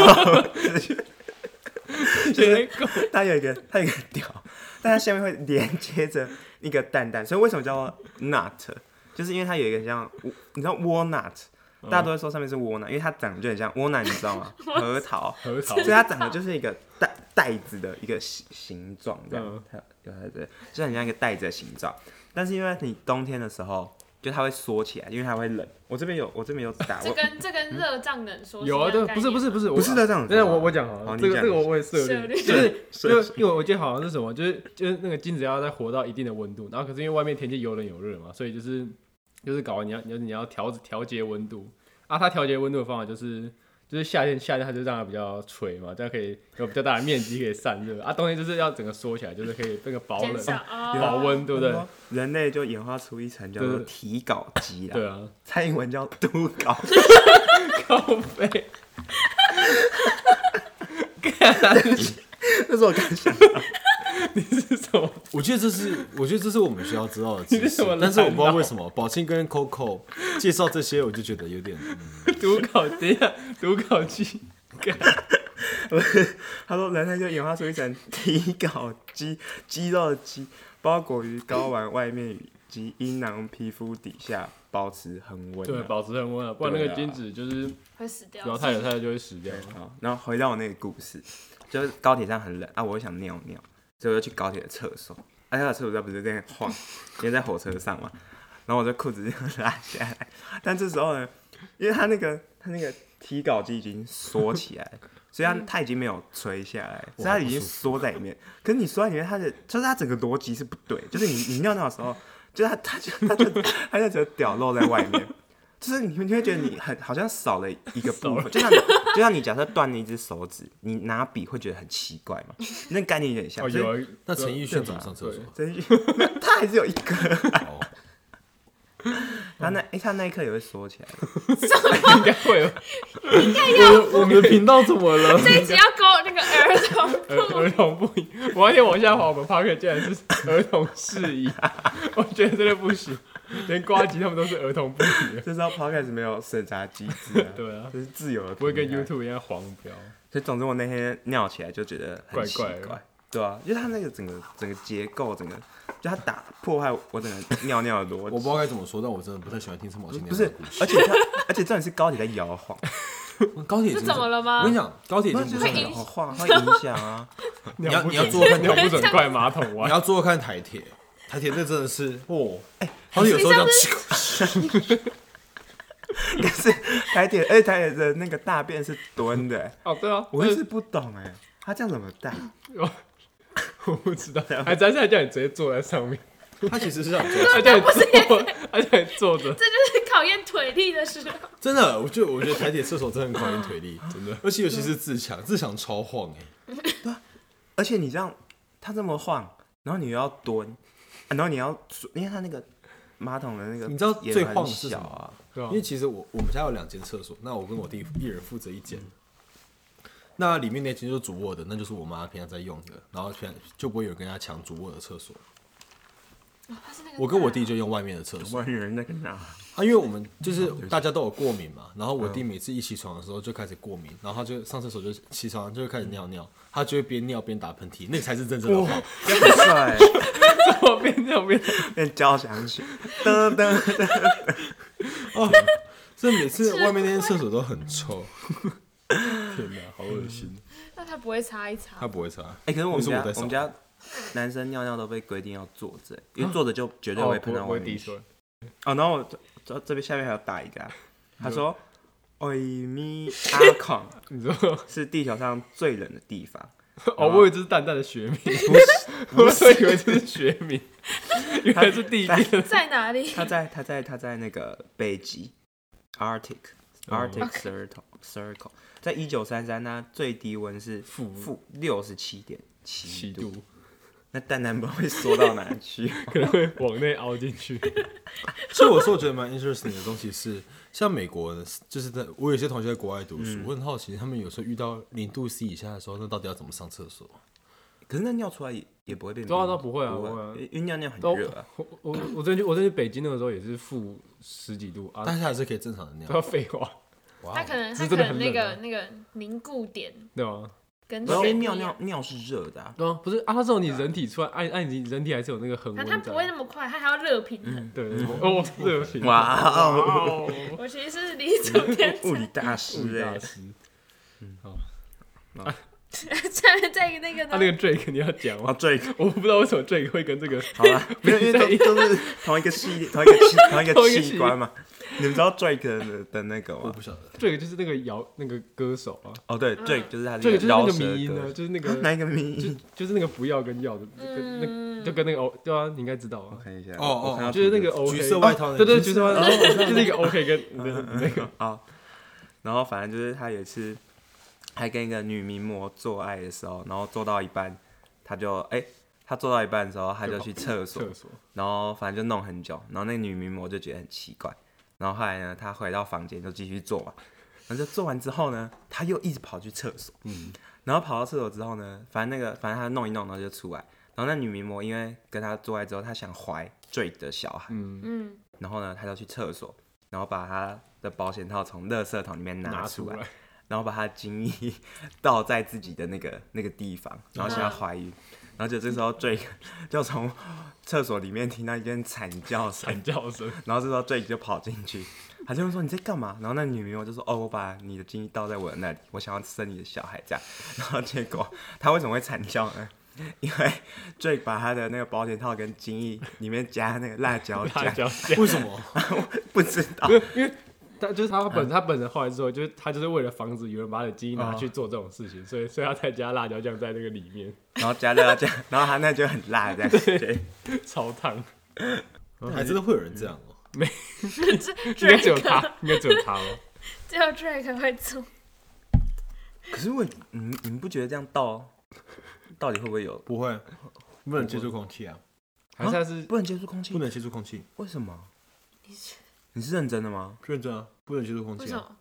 Speaker 4: 就
Speaker 5: 结
Speaker 4: 是
Speaker 5: 果
Speaker 4: 它有一个它有一个屌，但它下面会连接着一个蛋蛋，所以为什么叫做 nut？就是因为它有一个像你知道 walnut，大家都会说上面是 walnut，因为它长得就很像 walnut，你知道吗？核桃，
Speaker 5: 核桃
Speaker 4: 哦所以它长得就是一个袋袋子的一个形形状，这样
Speaker 5: 嗯，
Speaker 4: 它有它的，就很像一个袋子的形状。但是因为你冬天的时候，就它会缩起来，因为它会冷。我这边有，我这边有打，
Speaker 2: 这
Speaker 4: 我
Speaker 2: 跟这跟热胀冷缩是一
Speaker 5: 有啊，
Speaker 2: 样
Speaker 5: 对
Speaker 2: 概，
Speaker 5: 不
Speaker 2: 念
Speaker 5: 是不是不是，
Speaker 4: 不是
Speaker 5: 我
Speaker 4: 的这样子
Speaker 5: 那我我
Speaker 4: 吗。
Speaker 5: 讲好
Speaker 4: 好
Speaker 5: 了，
Speaker 4: 你
Speaker 5: 这个
Speaker 4: 讲
Speaker 5: 这个我也涉
Speaker 2: 涉
Speaker 5: 猎，
Speaker 2: 猎
Speaker 5: 就是
Speaker 4: 涉
Speaker 5: 因为
Speaker 4: 猎
Speaker 5: 因为我记得好像是什么，就是就是那个金子要再活到一定的温度，然后可是因为外面天气有冷有热嘛，所以就是就是搞完你要你要你要调调节温度啊，它调节温度的方法就是就是夏天夏天它就让它比较垂嘛，这样可以有比较大的面积可以散热啊，冬天就是要整个缩起来，就是可以那个保冷
Speaker 2: 减少哦
Speaker 5: 保温，对不对？
Speaker 4: 人类就演化出一层叫做
Speaker 5: 对对
Speaker 4: 体稿肌
Speaker 5: 对
Speaker 4: 啦，
Speaker 5: 啊， [laughs]
Speaker 4: 蔡英文叫都稿，
Speaker 5: 靠背。 [laughs]
Speaker 4: 那是我刚想，
Speaker 5: 你是什么？
Speaker 3: 我觉得这是，我觉得这是我们需要
Speaker 2: [laughs]
Speaker 3: 知道的
Speaker 5: 你
Speaker 3: 知
Speaker 5: 为
Speaker 3: 识
Speaker 5: 什么，
Speaker 3: 但是我不知道为什么宝庆跟 Coco 介绍这些，我就觉得有点，嗯
Speaker 5: 读稿？ [laughs] 等一下，读稿机。干
Speaker 4: 他说人类就演化出一层体稿肌，肌肉的肌包裹于睾丸外面与及阴囊皮肤底下，保持恒温啊。
Speaker 5: 对，保持恒温啊，不然那
Speaker 4: 对
Speaker 5: 个
Speaker 4: 啊
Speaker 5: 金子就是
Speaker 2: 会死掉
Speaker 5: 然。后太冷太冷就会死掉。
Speaker 4: 好，然后回到我那个故事，就是高铁上很冷啊，我又想尿尿，所以我就去高铁的厕所。啊，他的厕所在不是在那晃，因为在火车上嘛。然后我的裤子就拉下来， [laughs] 但这时候呢，因为他那个他那个提稿机已经缩起来了， [laughs] 所以他他已经没有垂下来，所以他已经缩在里面。可是你缩在里面，他的就是他整个逻辑是不对，就是你你尿尿的时候，就是他他就他就他就只有屌露在外
Speaker 5: [laughs]
Speaker 4: 面，就是你你会觉得你很好像少了一个部分，就像你就像你假设断了一只手指，你拿笔会觉得很奇怪
Speaker 5: [laughs]
Speaker 4: 嘛，那概念有点像。
Speaker 5: 哦，
Speaker 4: 所以
Speaker 5: 有啊，
Speaker 3: 那陈奕迅怎么上厕所？
Speaker 4: 真是 [laughs] 他还是有一个。
Speaker 3: 哦
Speaker 4: [laughs] 他那哎、他那一刻也会缩
Speaker 5: [laughs]
Speaker 4: 起来。
Speaker 5: 应该会吧？我我们的频道怎么了？
Speaker 2: 这一集要勾那个儿童，
Speaker 5: 儿儿童不宜，我那天往下滑，我们 p a r k 竟然是儿童适宜，我觉得真的不行，连瓜吉他们都是儿童不宜，，
Speaker 4: 这知道 podcast 没有审查机制啊
Speaker 5: 对啊
Speaker 4: 这是自由的，
Speaker 5: 不会跟。YouTube 一样黄标。
Speaker 4: 所以总之我那天尿起来就觉得很奇怪，
Speaker 5: 怪怪的
Speaker 4: 对啊，因为他那个整个整个结构，整个就他打破坏我整个尿尿的逻
Speaker 3: 我不知
Speaker 4: 辑。
Speaker 3: 道该怎么说，但我真的不太喜欢听陈宝庆那
Speaker 4: 不
Speaker 3: 样
Speaker 4: 是
Speaker 3: 的故，
Speaker 4: 而且他， [laughs] 而且重点是高铁在摇晃，
Speaker 3: 事。高铁已
Speaker 2: 这
Speaker 3: 经
Speaker 2: 怎么了吗
Speaker 3: 我跟你讲，高铁已
Speaker 4: 不
Speaker 3: 经
Speaker 4: 是
Speaker 3: 不
Speaker 4: 就是是
Speaker 3: 很
Speaker 4: 摇
Speaker 3: 好，
Speaker 4: 晃，它会影响啊。 [laughs]
Speaker 5: 你
Speaker 3: 要你要做看
Speaker 5: 尿不准怪马桶
Speaker 3: 你
Speaker 5: 弯，
Speaker 3: 要坐看台铁，台铁那真的 [laughs] 是，
Speaker 5: 哦，
Speaker 3: 好像有时候这样
Speaker 2: 你，
Speaker 4: 但是台铁，而且台铁的那个大便是蹲的、
Speaker 5: 哦对啊，
Speaker 4: 我一直不懂哎、他这样怎么带？
Speaker 5: 我不知道，还真是叫你直接坐在上面，
Speaker 3: 他其实是这样做。
Speaker 5: 他叫你坐，他叫你坐着，
Speaker 2: 这就是考验腿力的时候。
Speaker 3: 真的，我就我觉得台铁射手真的很考验腿力，真的，而且尤其是自强，自强超晃哎、
Speaker 4: 而且你这样，他这么晃，然后你又要蹲，啊然后你要坐，因为他那个马桶的那个
Speaker 3: 你知道
Speaker 4: 也
Speaker 3: 最
Speaker 4: 很
Speaker 3: 晃的是什
Speaker 4: 小
Speaker 3: 么
Speaker 4: 啊，
Speaker 5: 对啊
Speaker 3: 因为其实我我们家有两间厕所，那我跟我弟一人负责一间。那里面那间就是主卧的，那就是我妈平常在用的，然后平常就不会有人跟她抢主卧的厕所。我跟我弟就用外面的厕所
Speaker 4: 我人那个哪？
Speaker 3: 啊，因为我们就是大家都有过敏嘛，然后我弟每次一起床的时候就开始过敏，然后他就上厕所就起床就会开始尿尿，他就会边尿边打喷嚏，那个才是真正的晃。
Speaker 4: 这很帅欸，
Speaker 5: 左边右边，
Speaker 4: 变交响曲， [laughs] 噔噔噔。
Speaker 3: [laughs] 哦，这每次外面那间厕所都很臭，
Speaker 5: 天哪，好恶心！
Speaker 2: 那他不会擦一擦
Speaker 3: 他？不会擦。
Speaker 4: 哎、可是我
Speaker 3: 那
Speaker 4: 们
Speaker 3: 是我
Speaker 4: 家
Speaker 3: 在
Speaker 4: 我们
Speaker 3: 扫
Speaker 4: 家男生尿尿都被规定要坐着，因为坐着就绝对
Speaker 5: 哦
Speaker 4: 会碰
Speaker 5: 不
Speaker 4: 到
Speaker 5: 不
Speaker 4: 外
Speaker 5: 会
Speaker 4: 面
Speaker 5: 滴
Speaker 4: 去。
Speaker 5: 水，
Speaker 4: 哦，然后我这这这边下面还有打一个啊、他说：“欧米阿孔
Speaker 5: 你
Speaker 4: [laughs]
Speaker 5: 知道吗？
Speaker 4: 是地球上最冷的地方。
Speaker 5: 哦，我以为这是蛋蛋的学名，
Speaker 4: [laughs] 不是
Speaker 5: 我以为这是学名，原来是地
Speaker 4: 它
Speaker 5: 地的
Speaker 2: 在哪里？
Speaker 4: 他在他在他在那个北极 Arctic Arctic Circle Circle，在一九三三呢，最低温是负负六十七点
Speaker 5: 七
Speaker 4: 七度。
Speaker 5: 度，
Speaker 4: 那蛋蛋不会缩到哪里 [laughs] 去？
Speaker 5: 可能会往内凹进
Speaker 4: [laughs]
Speaker 5: 去。
Speaker 3: 所以我说我觉得蛮 interesting 的东西是，像美国人就是在我有些同学在国外读书，我很好奇他们有时候遇到零度 C 以下的时候，那到底要怎么上厕所？
Speaker 4: 可是那尿出来也也不会变
Speaker 5: 对啊
Speaker 4: 冰
Speaker 5: 那不会啊
Speaker 4: 不
Speaker 5: 不会啊
Speaker 4: 因因为尿尿很
Speaker 5: 都
Speaker 4: 热啊。
Speaker 5: 我我我真去我真去北京那个时候也是负十几度啊，
Speaker 3: 但是还是可以正常的
Speaker 5: 都要
Speaker 3: 尿。
Speaker 5: 废话，
Speaker 3: 哇
Speaker 2: 他可
Speaker 3: 哦，
Speaker 2: 能
Speaker 5: 这真
Speaker 2: 他可
Speaker 5: 的
Speaker 2: 能
Speaker 5: 很
Speaker 2: 那
Speaker 5: 冷
Speaker 2: 个
Speaker 5: 啊
Speaker 2: 那个凝固点
Speaker 5: 对吗？
Speaker 2: 跟
Speaker 4: 然后
Speaker 2: 水
Speaker 4: 尿
Speaker 2: 不一
Speaker 4: 尿
Speaker 2: 样
Speaker 4: 尿是热的、啊，
Speaker 5: 对啊，不是啊，它这种你人体出来，按按你人体还是有那个恒
Speaker 2: 啊，
Speaker 5: 温
Speaker 2: 它
Speaker 5: 在。
Speaker 2: 不会那么快，它还要热平衡。
Speaker 5: 对对对哦，热情
Speaker 4: 嗯哇哦，
Speaker 5: 哦，
Speaker 2: 我其实是离走
Speaker 4: [laughs]
Speaker 2: 天
Speaker 4: 物理大师哎、
Speaker 5: 大师。
Speaker 2: 站 [laughs] 在那个
Speaker 5: 他
Speaker 2: 呢
Speaker 5: 啊那个 Drake 你要讲
Speaker 4: 啊，
Speaker 5: 吗？
Speaker 4: 最
Speaker 5: 我不知道为什么 Drake 会跟这个
Speaker 4: 好
Speaker 5: [laughs]
Speaker 4: 了，没有，因为都都是同一个系列，同一个器，同一
Speaker 5: 同
Speaker 4: 个
Speaker 5: 一个系
Speaker 4: 器官嘛。你们知道 Drake 的的那个
Speaker 3: 我
Speaker 4: 吗
Speaker 3: 不？晓得。
Speaker 5: Drake 就是那个摇那个歌手啊
Speaker 4: 哦，对，Drake 就是他
Speaker 5: ，Drake 就是那
Speaker 4: 饶
Speaker 5: 个
Speaker 4: 舌
Speaker 5: 迷音呢，
Speaker 4: 歌，
Speaker 5: 就是
Speaker 4: [laughs]
Speaker 5: 那
Speaker 4: 哪
Speaker 5: 个
Speaker 4: 一个
Speaker 5: 就
Speaker 3: 嗯
Speaker 4: 迷？
Speaker 5: 就是那个不要跟要的，跟那
Speaker 2: 嗯，
Speaker 5: 就跟那个哦，对啊，你应该知道啊
Speaker 4: 我，看一下，
Speaker 3: 哦哦
Speaker 4: 我看到
Speaker 5: 就是那个
Speaker 4: 图片
Speaker 5: OK，哦
Speaker 3: 橘色外套那
Speaker 5: 对
Speaker 3: 个
Speaker 5: 对，
Speaker 3: 橘
Speaker 5: 橘
Speaker 3: 色
Speaker 5: 色外
Speaker 3: 外
Speaker 5: 套， [laughs] 就是一个 OK 跟
Speaker 3: 嗯
Speaker 5: 那个
Speaker 4: 啊，然后反正就是他有一次还跟一个女名模做爱的时候，然后做到一半，他就哎、他做到一半的时候，他就去厕所，
Speaker 5: 厕所，
Speaker 4: 然后反正就弄很久，然后那个女名模就觉得很奇怪，然后后来呢，她回到房间就继续做嘛，然后就做完之后呢，她又一直跑去厕所，嗯，然后跑到厕所之后呢，反正那个反正她弄一弄，然后就出来，然后那女名模因为跟她做爱之后，她想怀 Drake 的小孩，
Speaker 5: 嗯，
Speaker 2: 嗯，
Speaker 4: 然后呢，她就去厕所，然后把她的保险套从垃圾桶里
Speaker 3: 嗯
Speaker 4: 面拿
Speaker 5: 拿
Speaker 4: 出
Speaker 5: 出
Speaker 4: 来，
Speaker 5: 来，
Speaker 4: 然后把她精液倒在自己的那个 [laughs] 那个地方，然后现在怀孕，然后就这时候 Drake 就从厕所里面听到一阵惨叫声
Speaker 5: [laughs] 惨，叫声，
Speaker 3: 哦
Speaker 4: 然后这时候 Drake 就跑进去，他就问说你在干嘛？然后那女名模就说哦，我把你的精液倒在我的那里，我想要生你的小孩这样。 [laughs] 然后结果他为什么会惨叫呢？因为 Drake 把他的那个保险套跟精液里面加那个辣椒
Speaker 5: 辣
Speaker 4: 酱，
Speaker 5: [laughs] 椒酱，
Speaker 3: 为什么？嗯
Speaker 4: 不知道
Speaker 5: 因为因为他就是他本他本人后来之后，就是他就是为了防止有人把他的基因拿
Speaker 3: 哦
Speaker 5: 去做这种事情，所以所以他才加辣椒酱在那个里面，
Speaker 4: 然后加辣椒酱，然后他那就很辣这样。对，
Speaker 5: 超烫。
Speaker 3: 还真的会有人这样哦。
Speaker 5: 应该只有
Speaker 2: Drake
Speaker 5: 他，应该只有他哦。
Speaker 2: [laughs] 只有 Drake 会做，
Speaker 4: 可是我你们你们不觉得这样倒到底会不会有
Speaker 3: 不会，不能接触空气啊，
Speaker 5: 还是他是
Speaker 4: 不能接触空
Speaker 3: 不啊
Speaker 4: 气？
Speaker 3: 能接触空气，
Speaker 4: 为什么？
Speaker 2: 你是
Speaker 4: 你是认真的吗？
Speaker 3: 认真啊，不能接触空
Speaker 2: 为
Speaker 3: 气
Speaker 2: 什
Speaker 3: 啊。
Speaker 2: 么？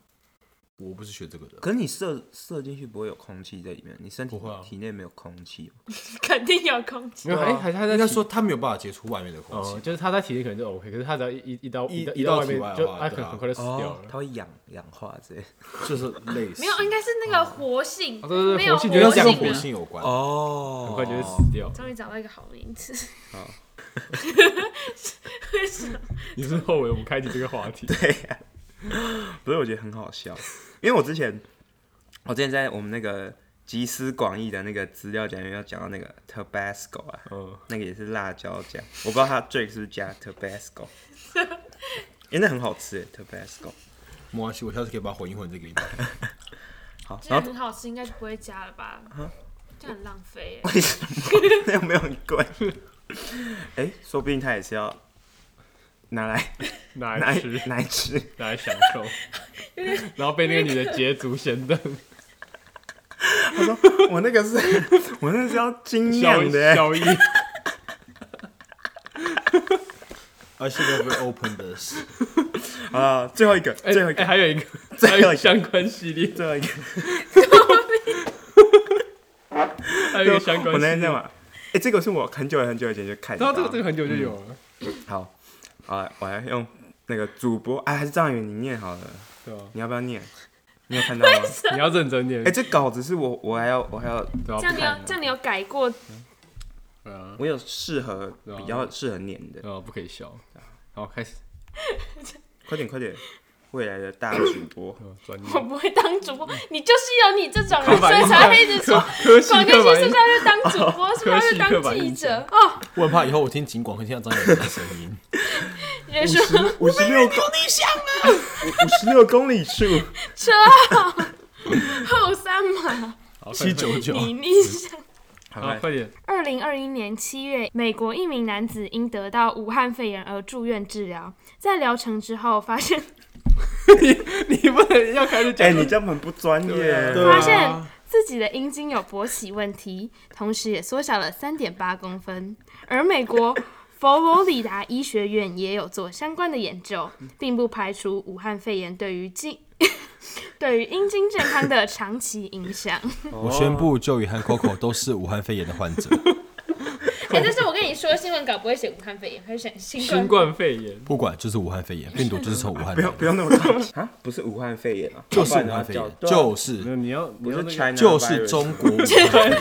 Speaker 3: 我不是学这个的，
Speaker 4: 可是你射射进去不会有空气在里面，你身体
Speaker 3: 不会啊
Speaker 4: 体内没有空气。
Speaker 2: 肯定有空气
Speaker 5: 没有，还还是他在
Speaker 3: 应该
Speaker 5: 体
Speaker 3: 说他没有办法接触外面的空
Speaker 5: 哦，
Speaker 3: 气。
Speaker 5: 就是他在体内可能就 OK，可是他只要一一一到
Speaker 3: 一
Speaker 5: 一
Speaker 3: 一到
Speaker 5: 外
Speaker 3: 体外
Speaker 5: 面
Speaker 3: 的
Speaker 5: 就
Speaker 3: 话
Speaker 5: 他
Speaker 3: 对
Speaker 5: 可
Speaker 3: 啊
Speaker 5: 能很快就死掉
Speaker 4: 哦
Speaker 5: 了，。
Speaker 4: 它会氧氧化之类。
Speaker 3: 就是类似，
Speaker 2: 没有，应该是那个活性，
Speaker 5: 哦对对对
Speaker 2: 没有
Speaker 5: 活性
Speaker 3: 应该是跟
Speaker 2: 性
Speaker 3: 活
Speaker 2: 的。
Speaker 3: 性有关。
Speaker 4: 哦，
Speaker 5: 很快就会死掉。
Speaker 2: 终于找到一个好名词，
Speaker 5: 哦
Speaker 4: 好
Speaker 2: [laughs] 为什么？
Speaker 5: 你是不是后悔我们开启这个话题？
Speaker 4: [laughs] 不是，我觉得很好笑，因为我之前，我之前在我们那个集思广益的那个资料讲要讲到那个 Tabasco 啊，
Speaker 5: 嗯，
Speaker 4: 那个也是辣椒酱，我不知道他 Drake 是不是加 Tabasco，因为那很好吃耶 Tabasco。
Speaker 3: 没关系，我下次可以把它混一混这个礼拜。
Speaker 4: 好，
Speaker 2: 既
Speaker 4: 然
Speaker 2: 然
Speaker 4: 后。
Speaker 2: 很好吃，应该就不会加了吧？
Speaker 5: 啊
Speaker 2: 这样很浪费耶
Speaker 4: 为什么那有没有很贵？ [laughs] 哎、说不定他也是要拿
Speaker 5: [laughs]
Speaker 4: 来
Speaker 5: 拿来
Speaker 4: 拿来
Speaker 5: 吃，
Speaker 4: 拿来吃。
Speaker 5: 拿来享
Speaker 4: [laughs]
Speaker 5: 受，然后被那个女的捷足先登，
Speaker 4: 我那个是，我那个是要精
Speaker 5: 宵
Speaker 4: 酿的耶，欸
Speaker 5: 宵夜，
Speaker 3: 而且要被 open 的是，
Speaker 4: 好了，啊最后一个，
Speaker 5: 哎
Speaker 4: [laughs] 最后一
Speaker 5: 哎
Speaker 4: 个，
Speaker 5: 还有一个，
Speaker 4: [laughs] 最
Speaker 5: 还
Speaker 4: 后一
Speaker 5: 有
Speaker 4: 个
Speaker 5: 相关系列，
Speaker 4: 最后一个，
Speaker 5: 还有一个相关系
Speaker 4: 我那天在
Speaker 5: 列。
Speaker 4: 玩。哎、这个是我很久很久以前就看
Speaker 5: 然
Speaker 4: 到
Speaker 5: 后
Speaker 4: 的。
Speaker 5: 这个这个很久就有
Speaker 4: 嗯
Speaker 5: 了，
Speaker 4: 好，好了，我来用那个主播，哎，还是张远你念好了，
Speaker 5: 对啊吧？
Speaker 4: 你要不要念？你有看到吗？
Speaker 5: 你要认真点，
Speaker 4: 哎、这稿子是我，我还要，我还要，
Speaker 5: 对吧？啊
Speaker 2: 这样你有这样你有改过
Speaker 5: 对啊，
Speaker 4: 我有适合
Speaker 5: 对啊
Speaker 4: 比较适合念的，
Speaker 5: 对啊，不可以笑。好，开始，
Speaker 4: 快点快点，未来的大主播，
Speaker 5: 嗯专业 [laughs]
Speaker 2: 我不会当主播，你就是有你这种人，
Speaker 5: 嗯刻
Speaker 2: 所
Speaker 5: 板
Speaker 2: 以
Speaker 5: 印象
Speaker 2: 才会一直说
Speaker 5: 科系
Speaker 2: 广电
Speaker 5: 刻板
Speaker 2: 系是
Speaker 5: 印
Speaker 2: 不是
Speaker 5: 象，哦
Speaker 2: 要去当主播，是不是要去当记者？哦，
Speaker 3: 我很怕以后我听警广会听到张远的声音。
Speaker 2: 人说
Speaker 4: 五十六公里响了，五十六公里处，
Speaker 2: 车后三嘛，
Speaker 5: 好
Speaker 3: 七九哎九，
Speaker 2: 你逆向。
Speaker 4: 好
Speaker 5: 快点好，快点，
Speaker 2: 二零二一年七月，美国一名男子因得到武汉肺炎而住院治疗，在疗程之后发现
Speaker 5: 你不能要开始
Speaker 4: [laughs] 哎、
Speaker 5: 讲
Speaker 4: 你这样很不专业、
Speaker 3: 对啊
Speaker 2: 发现自己的阴茎有勃起问题，同时也缩小了三点八公分。而美国佛罗里达医学院也有做相关的研究，并不排除武汉肺炎对于茎 [laughs] 对于阴茎健康的长期影响。
Speaker 3: 我宣布，就宇和 Coco 都是武汉肺炎的患者，
Speaker 2: 哎、但是我跟你说，新闻稿不会写武汉肺炎，会写新
Speaker 5: 新冠肺炎，
Speaker 3: 不管就是武汉肺炎，病毒就是从武汉
Speaker 4: 不
Speaker 3: 来
Speaker 4: 要不
Speaker 3: 的，
Speaker 4: 要那么 [laughs] 大啊！不是武汉肺炎啊，
Speaker 3: 就是
Speaker 4: 要不
Speaker 3: 武
Speaker 4: 然
Speaker 3: 汉
Speaker 4: 它
Speaker 3: 肺
Speaker 4: 叫
Speaker 3: 炎，
Speaker 4: 对啊
Speaker 3: 就是
Speaker 5: 没有你要你
Speaker 4: 不
Speaker 5: 要
Speaker 4: 是
Speaker 5: 那个
Speaker 4: China，
Speaker 3: 就是中国武汉肺炎，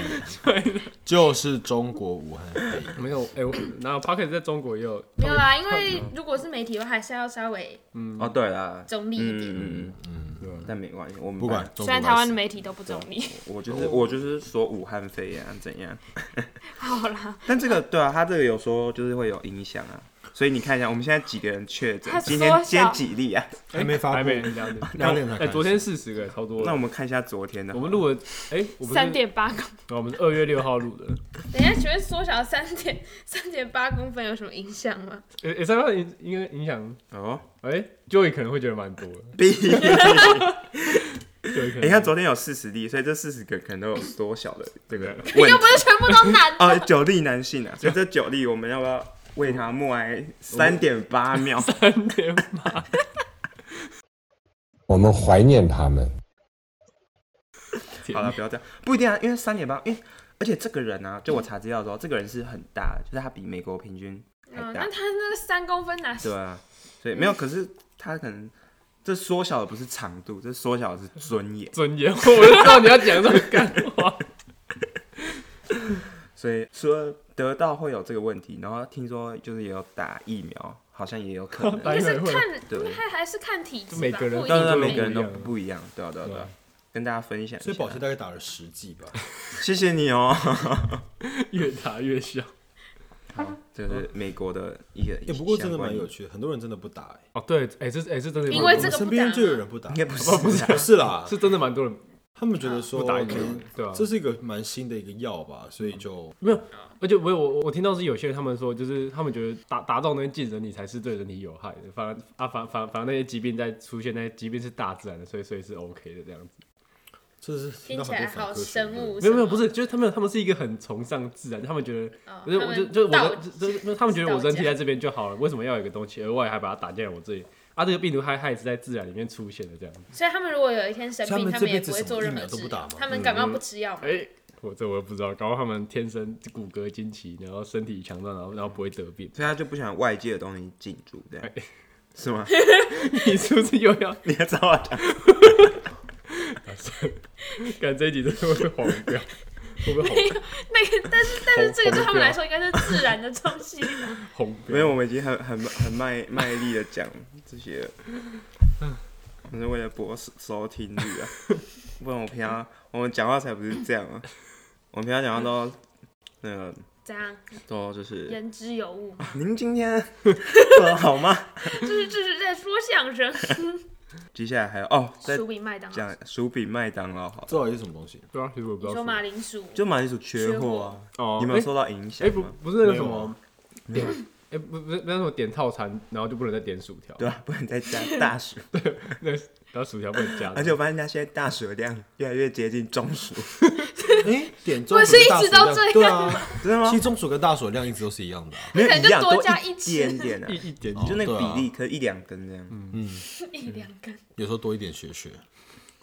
Speaker 5: 对，
Speaker 3: 就是中国武汉肺炎。
Speaker 5: 没有哎，我哪 p o c k e t 在中国也有
Speaker 2: 没有啦，因为如果是媒体的话，还是要稍微
Speaker 4: 哦，对啦，
Speaker 2: 中立一点。
Speaker 4: 嗯嗯嗯，但没关系，我们
Speaker 3: 不管，中
Speaker 2: 哎虽
Speaker 3: 国
Speaker 2: 然台湾的
Speaker 3: 来
Speaker 2: 媒体都不中立，
Speaker 4: 我
Speaker 2: 哦
Speaker 4: 就是我就是说武汉肺炎啊怎样，
Speaker 2: [laughs] 好啦，
Speaker 4: 但这个对啊，他这个有说就是会有影响啊，所以你看一下我们现在几个人确诊
Speaker 2: 他，
Speaker 4: 今
Speaker 2: 缩
Speaker 4: 天
Speaker 2: 小
Speaker 4: 今天几例啊？
Speaker 3: 还哎没发布
Speaker 5: 还没两点
Speaker 3: [laughs] 两点才
Speaker 5: 哎
Speaker 3: 开始
Speaker 5: 昨天四十个，超多的。
Speaker 4: 那我们看一下昨天的好
Speaker 5: 我
Speaker 4: 了，
Speaker 5: 们录了，哎，我们是哦
Speaker 2: [laughs] 三，点八公。
Speaker 5: 我们是二月六号录的，
Speaker 2: 等一下，请问缩小三点三点八公分有什么影响吗？
Speaker 5: 哎哎，三号影应该影响，
Speaker 4: 哦， [laughs]
Speaker 5: 哎，Joey 可能会觉得蛮多的
Speaker 4: 比
Speaker 5: ，Joey 可能
Speaker 4: 你看昨天有四十例，所以这四十个可能都有缩小的这
Speaker 5: [laughs]
Speaker 4: 个
Speaker 2: [laughs]
Speaker 4: 问
Speaker 2: 又不
Speaker 4: 题
Speaker 2: 是全部都
Speaker 4: [laughs]
Speaker 2: 男哦的，
Speaker 4: 啊，九例男性啊，所以这九例我们要不要为他默哀三点八秒？
Speaker 5: 三点八，
Speaker 6: 我们怀念他们。
Speaker 4: 好了，不要这样，不一定啊，因为三点八，因为而且这个人啊，就我查资料的时候，这个人是很大的，就是他比美国平均
Speaker 2: 嗯，
Speaker 4: 还
Speaker 2: 那，
Speaker 4: 大
Speaker 2: 他那个三公分哪
Speaker 4: 哎对啊，所以没有，可是他可能这缩小的不是长度，这缩小的是尊严，
Speaker 5: 尊严，我就知道你要讲这种干话。
Speaker 4: 所以说得到会有这个问题，然后听说就是也有打疫苗，好像也有可
Speaker 5: [laughs]
Speaker 4: 能，
Speaker 5: 打
Speaker 2: 就
Speaker 5: 疫苗
Speaker 2: 是
Speaker 5: 也会
Speaker 2: 看，
Speaker 4: 对
Speaker 2: 应该还是看体质吧，
Speaker 5: 每个人
Speaker 2: 不一
Speaker 4: 当
Speaker 2: 定
Speaker 4: 然
Speaker 5: 对
Speaker 4: 每个人都
Speaker 5: 不一样
Speaker 4: 不一样，对啊，对啊，对啊，跟大家分享一下，
Speaker 3: 所以宝洁大概打了十剂吧。
Speaker 4: 谢谢你哦，
Speaker 3: [laughs]
Speaker 5: 越打越小。
Speaker 4: 这是美国的一个，
Speaker 3: 也哎不过真的蛮有，趣的，很多人真的不打哎，
Speaker 5: 哦，对，哎、这哎、这真的，
Speaker 2: [laughs] 因为
Speaker 3: 我
Speaker 2: 这
Speaker 3: 们
Speaker 2: 个
Speaker 3: 身
Speaker 2: 不打
Speaker 3: 边
Speaker 2: 吗
Speaker 3: 就有人不打
Speaker 4: 应，该不是啊，不 [laughs]
Speaker 3: [laughs]
Speaker 4: 是
Speaker 3: 不是啦，
Speaker 5: 是真的蛮多人
Speaker 3: 他们觉
Speaker 2: [laughs]
Speaker 3: 得说
Speaker 5: 不打疫
Speaker 3: 可
Speaker 5: 苗
Speaker 3: 能，
Speaker 5: 对啊
Speaker 3: 这是一个蛮新的一个药吧，所以就
Speaker 5: 没有，而且我有我我听到是有些人他们说，就是他们觉得打打这种东西进人体才是对人体有害的，反而啊反反反而那些疾病在出现，那些疾病是大自然的，所以所以是 OK 的这样子。
Speaker 3: 这是
Speaker 2: 听起来好生物，
Speaker 5: 没有没有，不是，就是他们他们是一一个很崇尚自然，他们觉得，
Speaker 2: 哦，
Speaker 5: 不是
Speaker 2: 他
Speaker 5: 我就
Speaker 2: 们
Speaker 5: 就是我
Speaker 2: 道
Speaker 5: 的就是就是他们觉得我人体
Speaker 2: 道
Speaker 5: 在这边就好了，为什么要有一个东西额外还把它打进来我这里？啊，这个病毒它它也是在自然里面出现的这样子。
Speaker 2: 所以他们如果有一天生
Speaker 3: 所以他
Speaker 2: 病，
Speaker 3: 们
Speaker 2: 他
Speaker 3: 这
Speaker 2: 们也
Speaker 3: 辈子
Speaker 2: 不会
Speaker 3: 什么
Speaker 2: 做
Speaker 3: 疫
Speaker 2: 任何
Speaker 3: 苗都
Speaker 2: 治
Speaker 3: 不打
Speaker 2: 疗
Speaker 3: 吗，
Speaker 2: 他们感冒不吃药嘛
Speaker 5: [laughs] 哎、，我这我也不知道，搞不好他们天生骨骼惊奇，然后身体强壮，然后然后不会得病。
Speaker 4: 所以他就不想外界的东西进驻，这样
Speaker 5: 哎
Speaker 4: 是吗？
Speaker 5: [laughs]
Speaker 4: [laughs]
Speaker 5: 你是不是又要
Speaker 4: 你要找我讲？
Speaker 5: 干这一集真的会黄掉？ [laughs] 会不会红
Speaker 2: 那个但是但是
Speaker 5: 红
Speaker 2: 这个对他
Speaker 5: 红
Speaker 2: 们来说应该是自然的东西，
Speaker 5: 红标？
Speaker 4: [laughs] 没有，我们已经很很很卖卖力的讲这些了。可是为了博收收听率 [laughs] 啊，不然我平常我们讲话才不是这样啊，我们平常讲话都那个
Speaker 2: 怎样？
Speaker 4: 都就是，
Speaker 2: 言之有物，
Speaker 4: 您今天过得好吗？
Speaker 2: 这是这是在说相 [laughs] 声。
Speaker 4: 接下来还有哦，再
Speaker 2: 薯饼麦当劳，
Speaker 4: 讲薯饼麦当劳好了，
Speaker 3: 这到底是什么东西？
Speaker 5: 对啊，其实我不知
Speaker 2: 你说
Speaker 5: 道。
Speaker 2: 马铃薯，
Speaker 4: 就马铃薯缺货啊，
Speaker 5: 哦，
Speaker 4: 你们有受到影
Speaker 5: 哎
Speaker 4: 响
Speaker 5: 不
Speaker 4: 吗？
Speaker 5: 不是
Speaker 2: 啊
Speaker 5: 那个
Speaker 3: 没
Speaker 5: 什
Speaker 3: 有
Speaker 4: 啊
Speaker 5: 么点哎不不是那什么点套餐，然后就不能再点薯条，
Speaker 4: 对啊，不能再加大 [laughs] 薯，
Speaker 5: 然后薯条不能加了。
Speaker 4: 而且我发现它现在大薯的量越来越接近中薯，
Speaker 3: 哎，点中
Speaker 2: 我是
Speaker 3: 暑
Speaker 2: 一 [laughs] 直
Speaker 3: 跟大暑
Speaker 2: 都
Speaker 3: 量
Speaker 2: 这
Speaker 3: 对
Speaker 2: 样
Speaker 3: 啊，
Speaker 4: 真的吗
Speaker 3: 其？实中暑跟大暑的量一直都是一样的啊。
Speaker 4: 没有
Speaker 2: 可能
Speaker 4: 一
Speaker 2: 就
Speaker 4: 样，
Speaker 2: 多
Speaker 4: 多
Speaker 2: 加
Speaker 4: 一
Speaker 2: 一
Speaker 4: 点点啊，
Speaker 5: 一一点
Speaker 3: 哦
Speaker 4: 就那个
Speaker 3: 对啊
Speaker 4: 比例，可能一两根这样。
Speaker 2: 一两根，
Speaker 3: 有时候多一点血血。